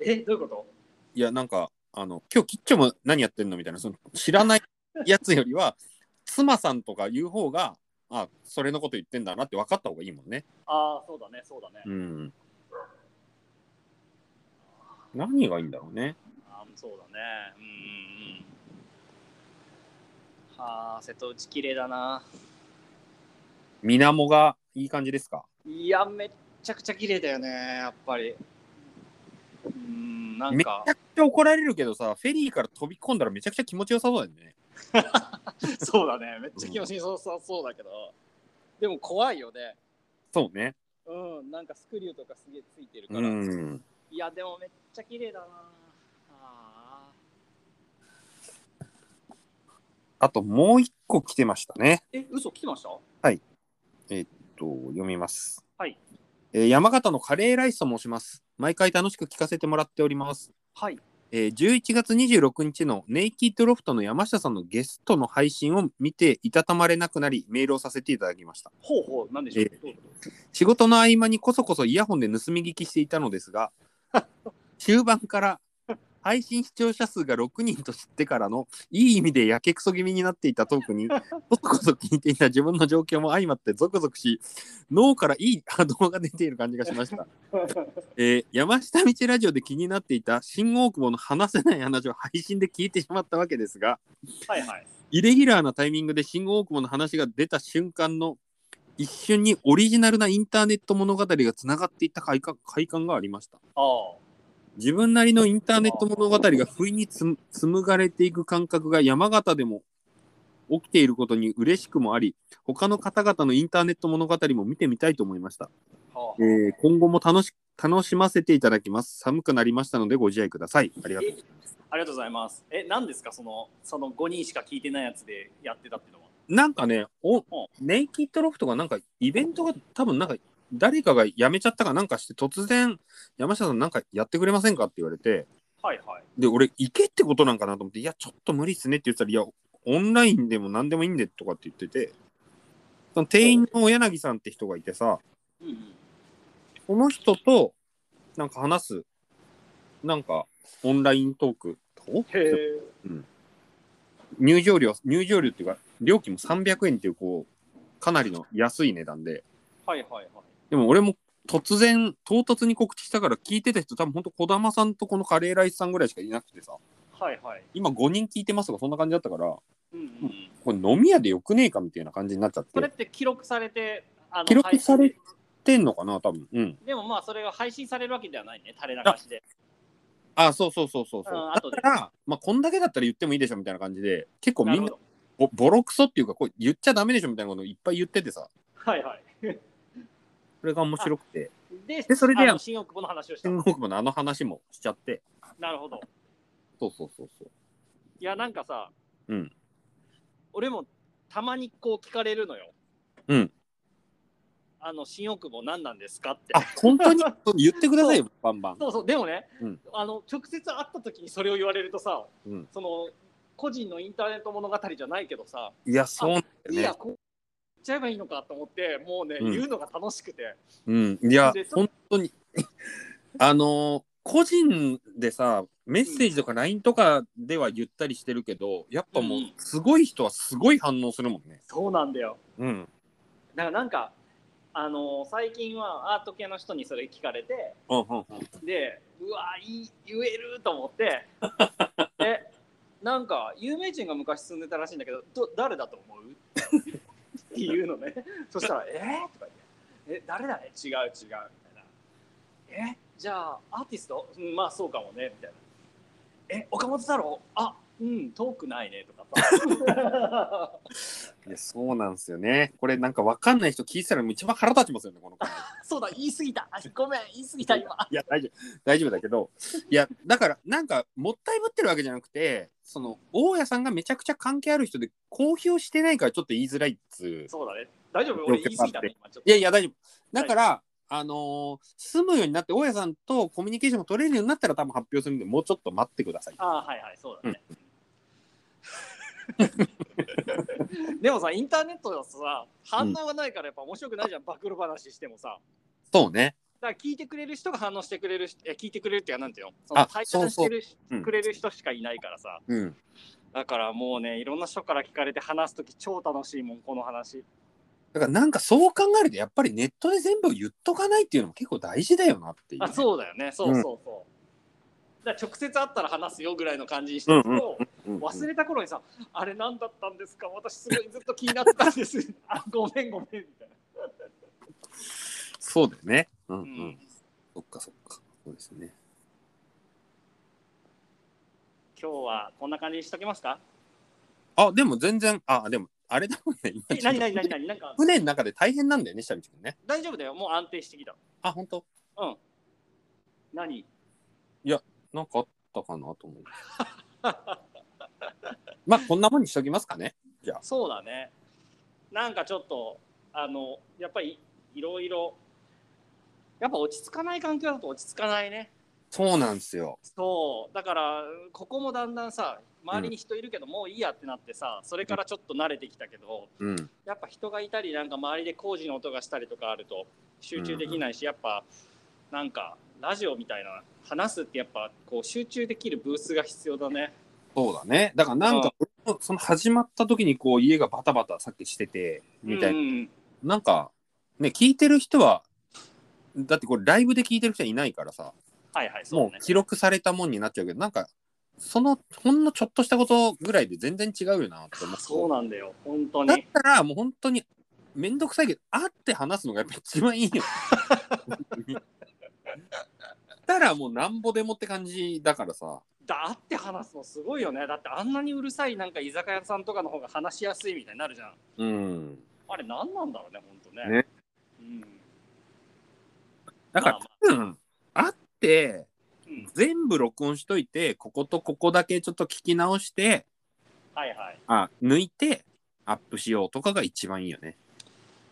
え、どういうこ
いや、なんか、あの、今日、キッチョも何やってんのみたいな、その、知らないやつよりは、妻さんとか言う方が、あ、それのこと言ってんだなって分かった方がいいもんね。
とああ、そうだね、そうだね。
うん。何がいいんだろうね。
あーそうだね。うんうんうん。はあ、瀬戸内綺麗だな。
水面がいい感じですか
いや、めっちゃくちゃ綺麗だよね、やっぱり。うん、なん
めちゃ
か
く、ちゃ怒られるけどさ、フェリーから飛び込んだらめちゃくちゃ気持ちよさそうだよね。
そうだね、めっ ちゃ気持ちよさそうだけど、でも怖いよね。
そうね。
うん、なんかスクリューとかすげえついてるから。
うん。
いや、でもめっちゃ綺麗だな。あ
あと、もう一個来てましたね。
ーえ、嘘来てました
と読みます。
はい。
えー山形のカレーライスと申します。毎回楽しく聞かせてもらっております。
はい。
えー11月26日のネイキッドロフトの山下さんのゲストの配信を見ていたたまれなくなりメールをさせていただきました。
ほうほう、なんでしょう
え。え
どうぞ
仕事の合間にこそこそイヤホンで盗み聞きしていたのですが、 終盤から配信視聴者数が6人と知ってからのいい意味でやけくそ気味になっていたトークに、 こそこそ聞いていた自分の状況も相まってゾクゾクし、脳からいい波動が出ている感じがしました。えー山下道ラジオで気になっていた新大久保の話せない話を配信で聞いてしまったわけですが、
はいはい。
イレギュラーなタイミングで新大久保の話が出た瞬間の一瞬にオリジナルなインターネット物語がつながっていった快感快感がありました。
ああ。
自分なりのインターネット物語が不意につ紡がれていく感覚が山形でも起きていることに嬉しくもあり、他の方々のインターネット物語も見てみたいと思いました。
は
えー今後も楽し楽しませていただきます。寒くなりましたのでご自愛ください。ありがとう。
あ、ありがとうございます。え、何ですか、その、その5人しか聞いてないやつでやってたってのは。
なんかね、お
ん
ネイキッドロフトがなんかイベントが多分なんか誰かが辞めちゃったかなんかして突然山下さんなんかやってくれませんかって言われて
はいはい。
で俺行けってことなんかなと思っていやちょっと無理っすねって言ってたらいやオンラインでも何でもいいんでとかって言っててその店員の柳さんって人がいてさ
うんうん。
その人と、なんか話す、なんか、オンライントークと
へえ。
入場料、入場料っていうか、料金も300円っていう、こう、かなりの安い値段で、
はいはいはい。
でも俺も突然、唐突に告知したから聞いてた人、多分本当、児玉さんとこのカレーライスさんぐらいしかいなくてさ、
はいはい。
今5人聞いてますとか、そんな感じだったから、
うんうん、
これ飲み屋でよくねえかみたいな感じになっちゃっ、
それってて記録されて、あの
記録され
配
てんのかな、多分うん。
信でもまあ、それが配信されるわけではないね、垂れ流しで。
あ、そうそうそうそうそう。
うん
だ
後で
から、まあ、こんだけだったら言ってもいいでしょみたいな感じで、結構
な
み
る
ん
ほ
な
ど。
ボボロクソっていうか、こう言っちゃダメでしょみたいなことをいっぱい言っててさ、
はいはい。
それが面白くて、
で、
でそれで
あの新大久保の話をした。
新大久保のあの話もしちゃって、
なるほど。
そうそうそうそう。
いや、なんかさ、
うん
俺もたまにこう聞かれるのよ。
うん。
あの、新大久保何なんですかって。
あ、本当に 言ってくださいよ、バンバン。
そうそう、でもね、
うん
あの直接会った時にそれを言われるとさ、
うん
その個人のインターネット物語じゃないけどさ、
いや、そうなん
い
だよ
や、
ね。
こう言っちゃえばいいのかと思って、もうね、
うん
言うのが楽しくて。
うん、いや
で、そ
本当に。 あのー個人でさ、メッセージとか LINE とかでは言ったりしてるけど、やっぱもう
うん、
すごい人はすごい反応するもんね。
そうなんだよ。
うん。
だからなんか、あの最近はアート系の人にそれ聞かれて、
うんうんうん。
で、うわいい、言えると思 って、で、なんか、有名人が昔住んでたらしいんだけど、ど誰だと思うっていう のね。そしたら、えー、とか言って、え、誰だね違う違う、みたいな。え、じゃあ、アーティストうんまあ、そうかもね、みたいな。え、岡本太郎あ、うん、遠くないね、とか さ。
いや、そうなんですよね。これなんかわかんない人聞いてたらもう一番腹立ちますよね、こ の感じ。
そうだ、言い過ぎた。あごめん、言い過ぎた、今。
いや、大丈夫、大丈夫だけど。いや、だからなんかもったいぶってるわけじゃなくて、その、大家さんがめちゃくちゃ関係ある人で公表してないからちょっと言いづらいっつう。
そうだね。大丈夫俺言い過ぎたね、今ちょっ
い
と。
やいや、大丈夫。だから、あのー住むようになって、大家さんとコミュニケーションが取れるようになったら、多分発表するんで、もうちょっと待ってください。
ああはいはいそうだね。 でもさインターネットだとさ反応がないからやっぱ面白くないじゃん、暴露話してもさ。
そうね。
だから聞いてくれる人が反応してくれるしえ聞いてくれるっていうかなんていうのそ
あ
の対談してるし
そううん
くれる人しかいないからさ
うん。
だからもうねいろんな人から聞かれて話す時超楽しいもんこの話
だから、なんかそう考えると、やっぱりネットで全部を言っとかないっていうのも結構大事だよなっていう、
あそうだよねそうそうそう、だから直接会ったら話すよぐらいの感じにしてると、
うんうん。
忘れた頃にさ、あれ何だったんですか私すごいずっと気になってたんですあごめんごめんみたいな
そうだよね。うんうん。
うん
そっかそっか。そうですね。
今日はこんな感じにしときますか
あ、でも全然、あ、でも、あれだもんね。今
え
ちょ
何
っと
何何何なんか
船の中で大変なんだよね、下道くんね。
大丈夫だよもう安定してきた
あ、本当
うん何
なんかあったかなと 思う。まあ、こんなもんにしときますかね。
そうだねなんかちょっとあのやっぱりいろいろやっぱ落ち着かない環境だと落ち着かないね
そうなんですよ。
そうだからここもだんだんさ周りに人いるけどもういいやってなってさそれからちょっと慣れてきたけど、
うん。
やっぱ人がいたりなんか周りで工事の音がしたりとかあると集中できないし、やっぱなんかラジオみたいな話すってやっぱこう集中できるブースが必要だね。
そうだね。だからなんか、俺もその始まった時にこう家がバタバタさっきしてて、みたいな。
うん
なんか、ね、聞いてる人は、だってこれライブで聞いてる人はいないからさ、
はいはいそう
も
ね
う。記録されたもんになっちゃうけど、なんか、その、ほんのちょっとしたことぐらいで全然違うよなって思って。
そうなんだよ本当
だっ
に。
たらもう本当に、めんどくさいけど、会って話すのがやっぱ一番い いよ。たらもうなんぼでもって感じだからさ。
だって話すのすごいよね。だってあんなにうるさいなんか居酒屋さんとかの方が話しやすいみたいになるじゃん。
うん。
あれ何なんだろうね本当ね。
ね
うん。
だから多分、会って、
うん、
全部録音しといてこことここだけちょっと聞き直して
はいはい。
あ抜いてアップしようとかが一番いいよね。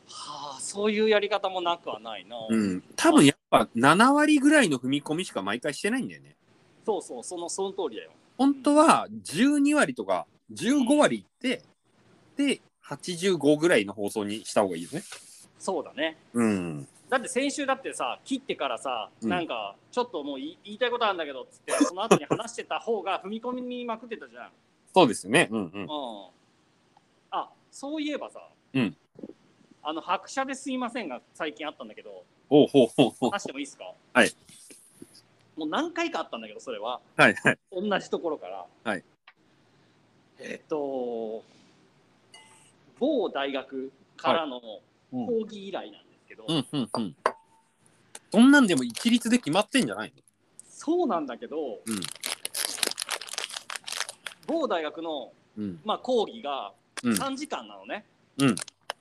はあそういうやり方もなくはないな。
うん、多分やっぱ7割ぐらいの踏み込みしか毎回してないんだよね。
そうそうそのその通りだよ。
本当は12割とか15割いってで85ぐらいの放送にした方がいいよね。
そうだね。
うん。
だって先週だってさ切ってからさ、
うん
なんかちょっともう言い言いたいことあるんだけどっつって その後に話してた方が踏み込みまくってたじゃん。
そうですね。うんうん。
うん、あそういえばさ、
うん
あの白車ですいませんが最近あったんだけど
おうほうほうほう。
話してもいいですか
はい
もう何回かあったんだけどそれは
はいはい。
同じところから
はい
えっと某大学からの
うん
講義依頼なんですけど、
うんうんうん。そんなんでも一律で決まってんじゃない
そうなんだけど、
うん
某大学の、
のうん。
まあ、講義が
うん
3時間なのね、
うん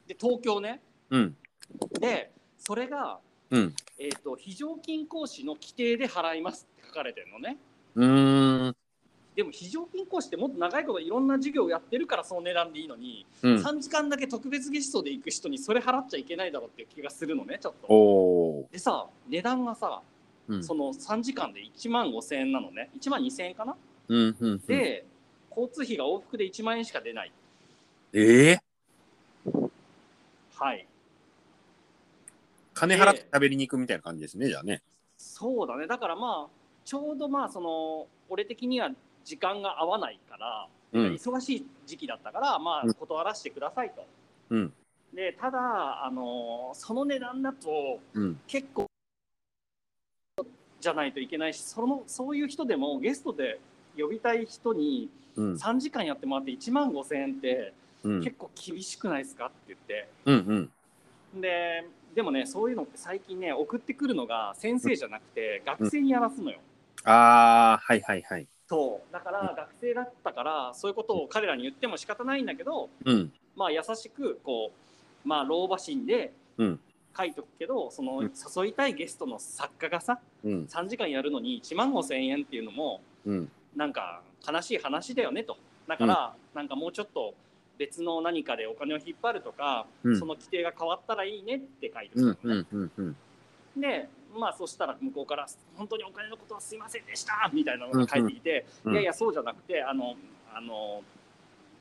で東京ね
うん。
でそれが、
うん。
えー、と非常勤講師の規定で払いますって書かれてるのね
うーん。
でも非常勤講師ってもっと長いこといろんな授業をやってるからその値段でいいのに、
うん。
3時間だけ特別ゲストで行く人にそれ払っちゃいけないだろうっていう気がするのねちょっと。
おー。
でさ値段がさ、
うん
その3時間で1万5,000円なのね1万2,000円かな
うんうんうん。
で、交通費が往復で1万円しか出ない。
ええ
はい。
金払って食べに行くみたいな感じですね、じゃあね。
そうだね。だからまあ、ちょうどまあ、その、俺的には時間が合わないから、
うん。
忙しい時期だったから、ま
う
あ、
ん
断らせてくださいと。
うん。
で、ただ、あのーその値段だと、
うん。
結構、じゃないといけないし、その、そういう人でもゲストで呼びたい人に
うん。
3時間やってもらって1万5千円って
うん。
結構厳しくないですかって言って。
うん。うん。
ででもねそういうのって最近ね送ってくるのが先生じゃなくて学生にやらすのよ、
ああ、はいはいはい。
そうだから学生だったからそういうことを彼らに言っても仕方ないんだけど
うん。
まあ優しくこうまあ老婆心で
うん
書いとくけど、その
うん
誘いたいゲストの作家がさ
うん。
3時間やるのに1万5千円っていうのも
うん。
なんか悲しい話だよねとだから、なんかもうちょっと別の何かでお金を引っ張るとか、
うん
その規定が変わったらいいねって書いてた
う
の
ん。うん。うん。うん。
でまあそしたら向こうから「本当にお金のことはすいませんでした」みたいなのが返ってきて「
うんうん
いやいやそうじゃなくてあのあの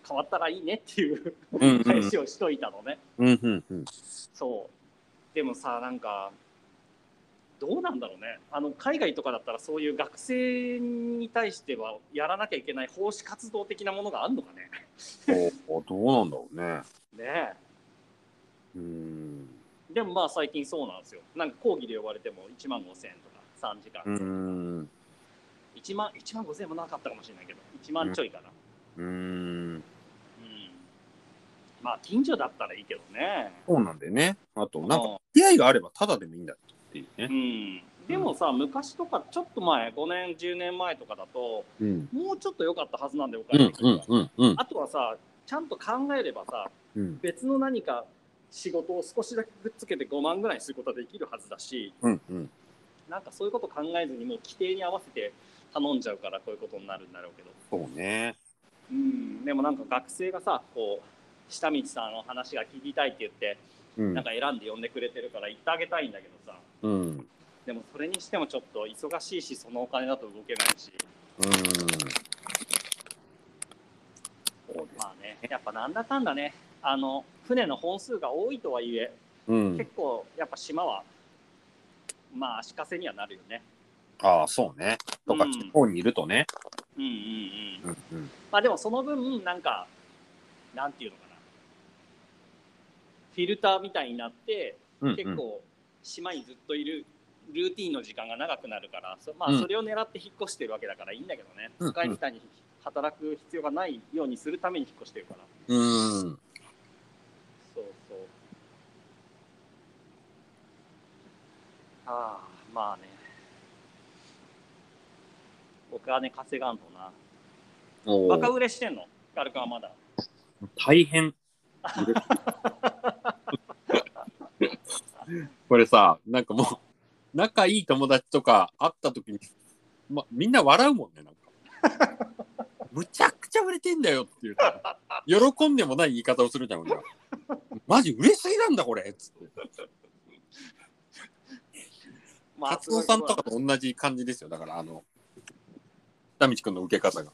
変わったらいいね」っていう
うん。うん。
返しをしといたのね、
うん。うん。うん。
そうでもさなんかどうなんだろうねあの海外とかだったらそういう学生に対してはやらなきゃいけない奉仕活動的なものがあるのかね
おーどうなんだろうね。
ね
うーん。
えでもまあ最近そうなんですよなんか講義で呼ばれても1万5000円とか3時間
うーん。
1万1万5000円もなかったかもしれないけど1万ちょいかな、
うーん。
うんまあ近所だったらいいけどね。
そうなんだよね。あと、なんか、
う
付き合いがあればただでもいいんだっていうね。
ん、でもさ、昔とかちょっと前5年10年前とかだと
うん。
もうちょっと良かったはずなんだよお
う
金
ん
的。に
う
は
ん。うん。うん。
あとはさちゃんと考えればさ
うん。
別の何か仕事を少しだけくっつけて5万ぐらいにすることはできるはずだし
うん。うん。
なんかそういうこと考えずにもう規定に合わせて頼んじゃうからこういうことになるんだろうけど、
そうね。
うん、でもなんか学生がさこう下道さんの話が聞きたいって言って
う
なん
ん。
か選んで呼んでくれてるから言ってあげたいんだけどさ
うん。うん。
でもそれにしてもちょっと忙しいしそのお金だと動けないしまあねやっぱなんだかんだねあの船の本数が多いとはいえ
うん
結。構やっぱ島はまあ足かせにはなるよね
ああ、そうね。とか、
うん
地方にいるとね。
うんうんうん
うん。うん。
まあでもその分なんかなんていうのかなフィルターみたいになって
うんうん
結構島にずっといるルーティンの時間が長くなるからそ,、ま
う
あ、
ん
それを狙って引っ越してるわけだからいいんだけどね、
うんうん
使いみたいに働く必要がないようにするために引っ越してるから
うん。
そうそうああまあねお金稼がんとな
お
バカ
ー
売れしてんのガルカはまだ
大変。 これさ、なんかもう、仲いい友達とか会った時に、ま、みんな笑うもんね、なんか。 むちゃくちゃ売れてんだよっていうか。喜んでもない言い方をするじゃん、俺はマジ売れすぎなんだ、これっつって。
ま
カツオさんとかと同じ感じですよ、だから、あの、田道くんの受け方が。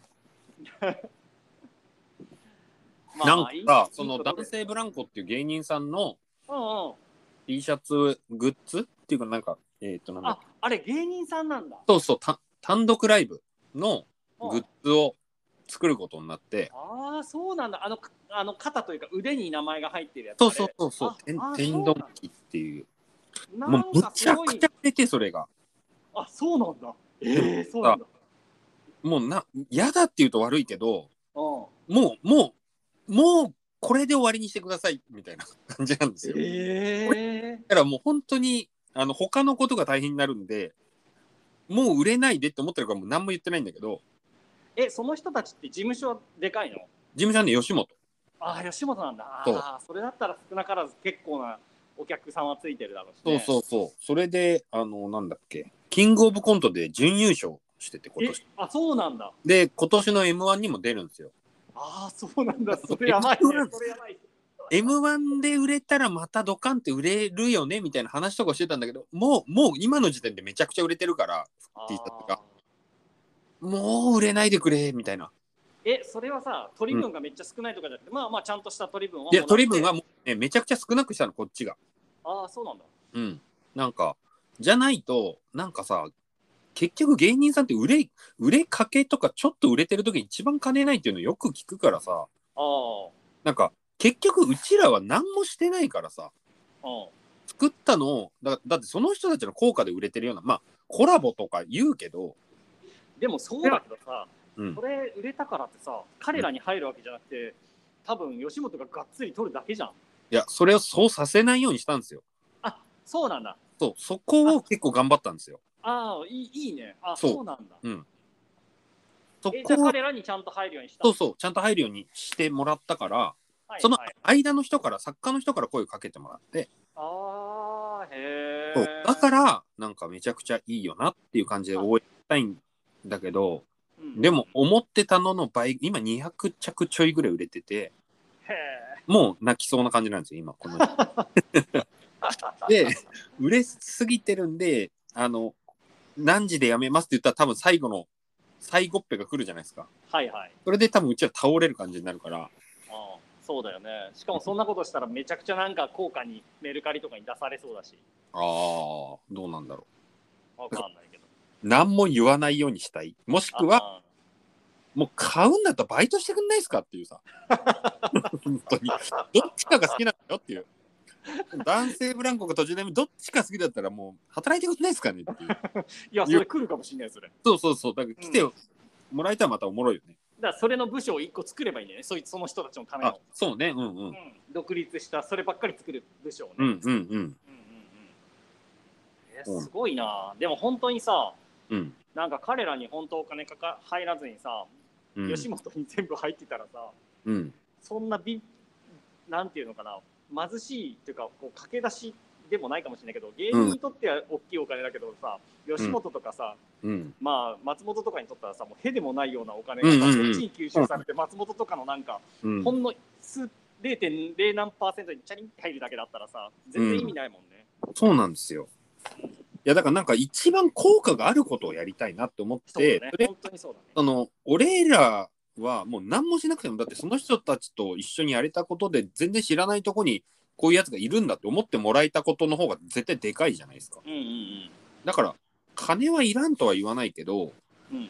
まあ
なんかさ、その
いいこと
男
で
性ブランコっていう芸人さんの
うんうん
T シャツ、グッズっていうか、なんか、えっ、と、なんだ
ああれ芸人さんなんだ
そうそうた、単独ライブの
うん
グッズを作ることになって、
ああそうなんだあのかあの肩というか腕に名前が入ってるやつ
そうそうそうそう
あ、
てん
あ
て
そ
んど
うなんんだ
きっていう、
な
もうんむ
か
ち
す
ゃ
ご
く
い
ちゃ売れて、それが。
あそうなんだええそうなんだ
もうな、嫌だって言うと悪いけど、
うん
もう、もう、もう、これで終わりにしてください、みたいな感じなんですよ。だ
ええ
からもう本当に、あの、他のことが大変になるんで、もう売れないでって思ってるから、もう何も言ってないんだけど、
えその人たちって事務所でかいの
事務所の吉本。
ああ吉本なんだあ
そう
あそれだったら少なからず結構なお客さんはついてるだろうし、
そ
ね、
うそうそう。それで、あの、なんだっけ、キングオブコントで準優勝してて、今
え
年。
あそうなんだ
で、今年の M1 にも出るんですよ。
ああそうなんだそれやばいねそれやばい
M1 で売れたらまたドカンって売れるよねみたいな話とかしてたんだけど、もう、もう今の時点でめちゃくちゃ売れてるから、T シャツが
あー
もう売れないでくれ、みたいな。
えそれはさ取り分がめっちゃ少ないとかじゃなくて、まあまあちゃんとした取り分はい
や、取り分はもう、ね、めちゃくちゃ少なくしたの、こっちが。
ああそうなんだ
うん。なんか、じゃないと、なんかさ、結局芸人さんって売れ、売れかけとかちょっと売れてる時に一番金ないっていうのよく聞くからさ、
ああ
なんか、結局うちらは何もしてないからさ、
うん
作ったのをだ、だってその人たちの効果で売れてるような、まあ、コラボとか言うけど、
でもそうだけどさ、
うん
これ売れたからってさ、彼らに入るわけじゃなくて、多分吉本ががっつり取るだけじゃん。
いや、それをそうさせないようにしたんですよ。
あそうなんだ。
そう、そこを結構頑張ったんですよ。
ああ、いいいいね。あ
そう
そうなんだ。
そ
えじゃあ
こを
彼らにちゃんと入るようにした。
そうそう、ちゃんと入るようにしてもらったから、
はい
その
はい
間の人から、作家の人から声をかけてもらって、
ああ、へ
そう
え。、
だからら、なんかめちゃくちゃいいよなっていう感じで応援したいんだけど、
うん
でも、思ってたのの倍、今200着ちょいぐらい売れてて、
へ
もう泣きそうな感じなんですよ、今、この。で、売れすぎてるんで、あの、何時でやめますって言ったら、多分最後の、最後っぺが来るじゃないですか。
ーはいはい。
それで多分うちは倒れる感じになるから、
ああそうだよね。しかもそんなことしたらめちゃくちゃなんか効果にメルカリとかに出されそうだし、
ああ、どうなんだろ
わかんないけど。
う。何も言わないようにしたい。もしくは、
あ
もう買うんだったらバイトしてくんないですかっていうさ。本当に。どっちかが好きなんだよっていう。男性ブランコが途中でどっちか好きだったらもう働いてくんないですかねっていう。
ーいや、それ来るかもしれない、それ。
そうそうそう。だから来てもらえたらまたおもろいよね。
だからそれの部署を一個作ればいいんだよねそいつその人たちのため
あ
の、
そうね。うんう。
うんん独立したそればっかり作る部署をね、
うんうんうん。
うんうんうんえ
うん
すごいなでも本当にさ
うん。
なんか彼らに本当お金かか入らずにさ、
うん、
吉本に全部入ってたらさ
うん、
そんなびなんていうのかな貧しいっていうかこう駆け出しでもないかもしれないけど芸人にとっては大きいお金だけどさ、吉本とかさ、
うん、
まあ松本とかにとったらさもうへでもないようなお金がさ、
うんうんうん
そっちに吸収されて松本とかのなんか
うん
ほんの数0.0何パーセントにチャリンって入るだけだったらさ、全然意味ないもんね。
そうなんですよ。いやだからなんか一番効果があることをやりたいなって思っ
そう
て、
だね
そ。れ
本当にそうだ
そ
ね。
の俺らはもう何もしなくてもだってその人たちと一緒にやれたことで全然知らないとこにこういうやつがいるんだって思ってもらえたことの方が絶対でかいじゃないですか
うんうん
だから金はいらんとは言わないけ
うん。
ど
うんうん。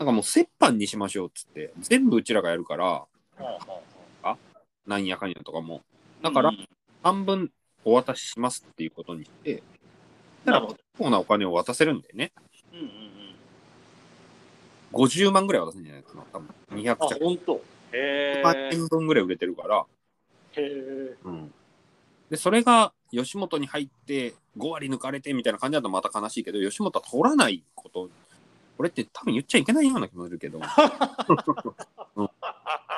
なんかもう折半にしましょうっつって全部うちらがやるから
はあはあは
なんやかんやとかも
あ
だから
うんうん
半分お渡ししますっていうことにしてだ
なるほ
から
ど
結構なお金を渡せるんだよね
うんうん
50万ぐらい渡すんじゃないかな多分200
うん。あ、
着
本当。へ
万
え。
円分ぐらい売れてるから
へえ。
でそれが吉本に入って5割抜かれてみたいな感じだとまた悲しいけど吉本は取らないことこれって多分言っちゃいけないような気もするけど、うん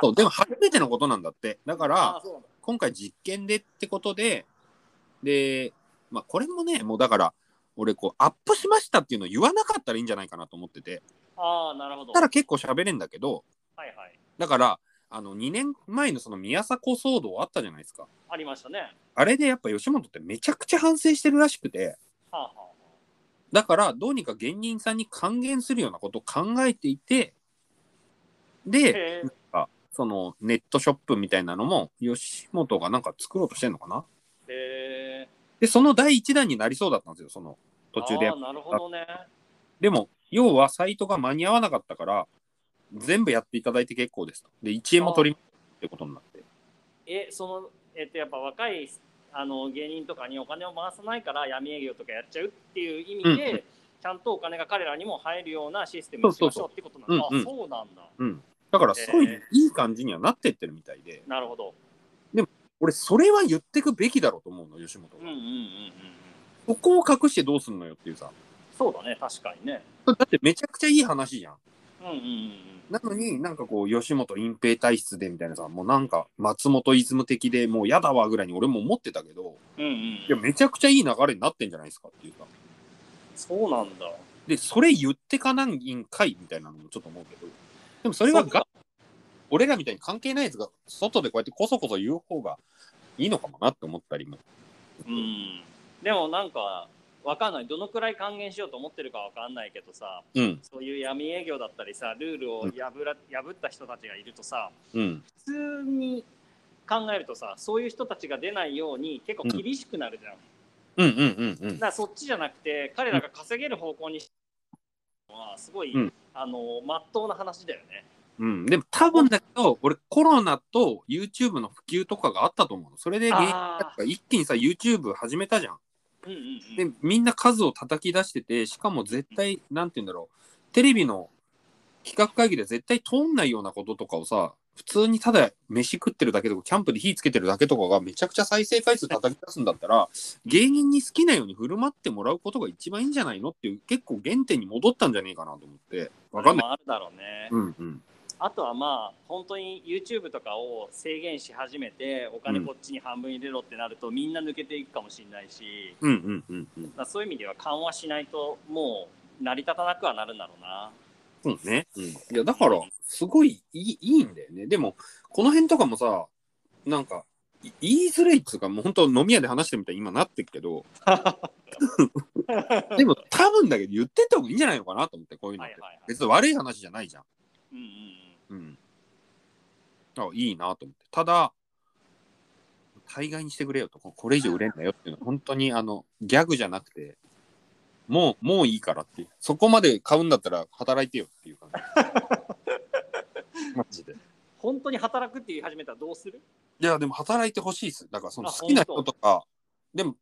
そうでも初めてのことなんだってだから
あ、そうなんだ。
今回実験でってことでで、まあ、これもねもうだから俺こうアップしましたっていうのを言わなかったらいいんじゃないかなと思ってて
ああ、なるほど。
た
は
ら結構喋れんだけど
いはい。
だからあの2年前のその宮迫騒動あったじゃないですか
ありましたね。
あれでやっぱ吉本ってめちゃくちゃ反省してるらしくて、
はあはあは
だからどうにか芸人さんに還元するようなことを考えていて、
あ。
で、
へえ。
そのネットショップみたいなのも吉本がなんか作ろうとしてんのかな
へえ。
で、その第一弾になりそうだったんですよ、その途中で
あ。ーなるほどね。
でも、要はサイトが間に合わなかったから、全部やっていただいて結構ですと。で、1円も取りますってことになって。
え、その、えっと、やっぱ若いあの芸人とかにお金を回さないから闇営業とかやっちゃうっていう意味で、
うんう
ちゃんとお金が彼らにも入るようなシステムにしましょうってことなんだ。
そうそう
あそうなんだ。
うん。だから、すごい
えー
いい感じにはなってってるみたいで、
なるほど。
俺、それは言ってくべきだろうと思うの、吉本
うんうん
が。
うんうんうん。
ここを隠してどうすんのよっていうさ。
そうだね、確かにね。
だって、めちゃくちゃいい話じゃん。
うんうんうん
なのになんかこう吉本隠蔽体質でみたいなさもうなんか松本イズム的でもうやだわぐらいに俺も思ってたけど
うん。うんうん。
いやめちゃくちゃいい流れになってんじゃないですかっていうか
そうなんだ。
でそれ言ってかなんいんかいみたいなのもちょっと思うけどでもそれはが俺らみたいに関係ないやつが外でこうやってこそこそ言う方がいいのかもなって思ったりも
うん。でもなんか、わかんない。どのくらい還元しようと思ってるかわかんないけどさ、
うん
そういう闇営業だったりさ、ルールを破ら、破った人たちがいるとさ、
うん
普通に考えるとさそういう人たちが出ないように結構厳しくなるじゃん、
うんうんうんうん
だからそっちじゃなくて彼らが稼げる方向にしのはすごい、
うん
あのまっとうな話だよね
うんでも多分だけど俺コロナと YouTube の普及とかがあったと思うのそれで芸人
あー
やっぱ一気にさ YouTube 始めたじゃん
うんうんう
で
ん
みんな数を叩き出しててしかも絶対なんて言うんだろうテレビの企画会議で絶対通んないようなこととかをさ普通にただ飯食ってるだけとかキャンプで火つけてるだけとかがめちゃくちゃ再生回数叩き出すんだったら芸人に好きなように振る舞ってもらうことが一番いいんじゃないのっていう結構原点に戻ったんじゃねえかなと思ってわかんない。
それもあるだろうね、
うんうん
あとはまあ本当に YouTube とかを制限し始めてお金こっちに半分入れろってなると、みんな抜けていくかもしれないし
うんうんうんうん
だからそういう意味では緩和しないともう成り立たなくはなるんだろうな
そうね、うん、いやだからすごいいいいいんだよねでもこの辺とかもさなんかい言いづらいっつうかもう本当飲み屋で話してみたいに今なってる けどでも多分だけど言ってった方がいいんじゃないのかなと思ってこういうのっ
はい
て、
はいはい
別に悪い話じゃないじゃん
うんうんうん
うんあいいなと思ってただ大概にしてくれよとここれ以上売れんなよっていうのは本当にあのギャグじゃなくてもうもういいからっていうそこまで買うんだったら働いてよっていう感 じマジで
本当に働くって言い始めたらどうする
いや、でも働いてほしいです。だから、その
あ
好きな人
本当
とか、でも、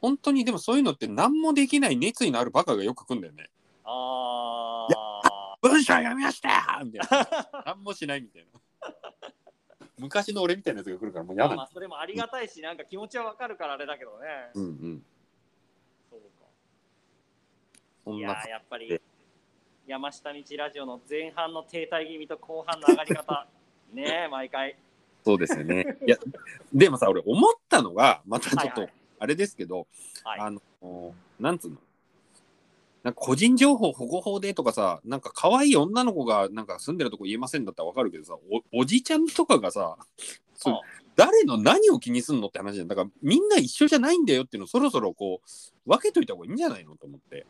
本当に、でもそういうのって何もできない熱意のあるバカがよく来んだよね。
あ
文章読みましたみたい な。何もしないみたいな。昔の俺みたいなやつが来るからもう
あ、
嫌だ、
まあ、それもありがたいし、なんか気持ちはわかるからあれだけどね。
うんうん。
そうか
そ
い
ん
や
な
ー、やっぱり、山下道ラジオの前半の停滞気味と後半の上がり 方、ねえ、毎回。
そうですよね。いや、でもさ、俺思ったのが、またちょっ
はい
と
はい、
あれですけど、
はい
あの、なんつうのなんか個人情報保護法でとかさ、なんか可愛い女の子がなんか住んでるとこ言えませんだったらわかるけどさ、おおじちゃんとかがさ、そう
あ
誰の何を気にすんのって話じゃん。だからみんな一緒じゃないんだよっていうのをそろそろこう分けといた方がいいんじゃないのと思って。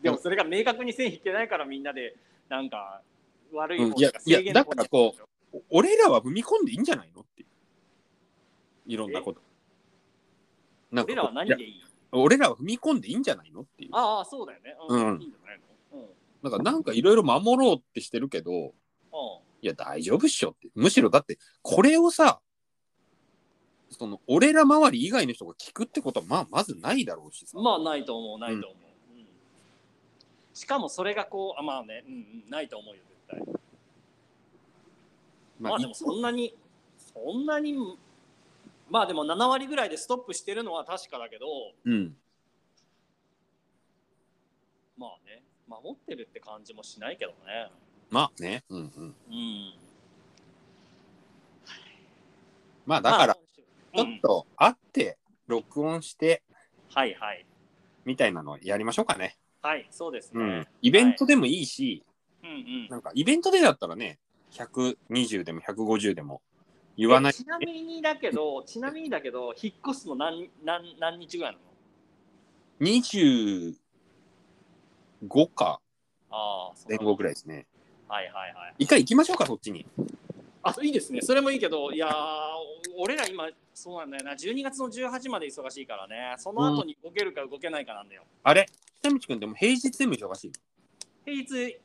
でもそれが明確に線引けないからみんなで、なんか、悪い方
うんいや
制限の方
いやだからこお俺らは踏み込んでいいんじゃないのっていう。いろんなこと。なんか
俺
こ
ら
う
は何
いや
でいい
俺らは踏み込んでいいんじゃないのっていう。
ああ、そうだよね。
うん
いいんじゃないのうん。うん。
なんかなんかいろいろ守ろうってしてるけど、いや、大丈夫っしょって。むしろだって、これをさ、その、俺ら周り以外の人が聞くってことは、まあ、まずないだろうしさ。
まあないと思うないと思う、うんしかもそれがこうあまあね、うんうん、ないと思うよ絶対まあでもそんなにそんなにまあでも7割ぐらいでストップしてるのは確かだけど
うん。
まあね守ってるって感じもしないけどね
まあね。うんう
う
ん。
ん
まあ、だから、ち
まあ
ょっと、会って、録音して、
はいはい
みたいなのやりましょうかね。
はいそうですね、
イベントでもいいし、
はい、うんう
なんんか、イベントでだったらね、120でも150でも言わない
え。ちなみにだけどちなみにだけど引っ越すの何何何日ぐらいなの
25か
ああそん
前
な
後ぐらいですね。
はいはいはい
一回行きましょうか、そっちに。
あといいですね、それもいいけど、いやー、俺ら今、そうなんだよな、12月の18まで忙しいからね、その後に動けるか動けないかなんだよ。
あれ北道くんでも平日でも忙しい
平日、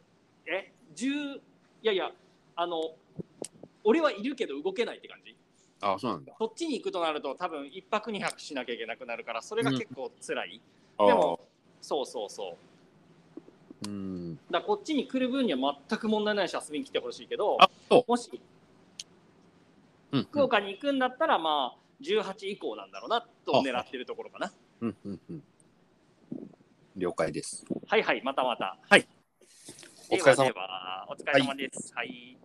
え、10、いやいや、あの、俺はいるけど動けないって感じ。
のああ、そうなんだ。
そっちに行くとなると、多分一泊二泊しなきゃいけなくなるから、それが結構辛い。
あ
でも、そうそうそう。
ー、うん。
だからこっちに来る分には全く問題ないし、遊びに来てほしいけど、
あ、そ
もし
う。うん、う
福
ん
岡に行くんだったら、まあ、18以降なんだろうなと狙ってるところかな。
うん、うん、うん。了解です。
はいはい、またまた。
はい。
で
お疲れ様
はではお疲れ様です。はい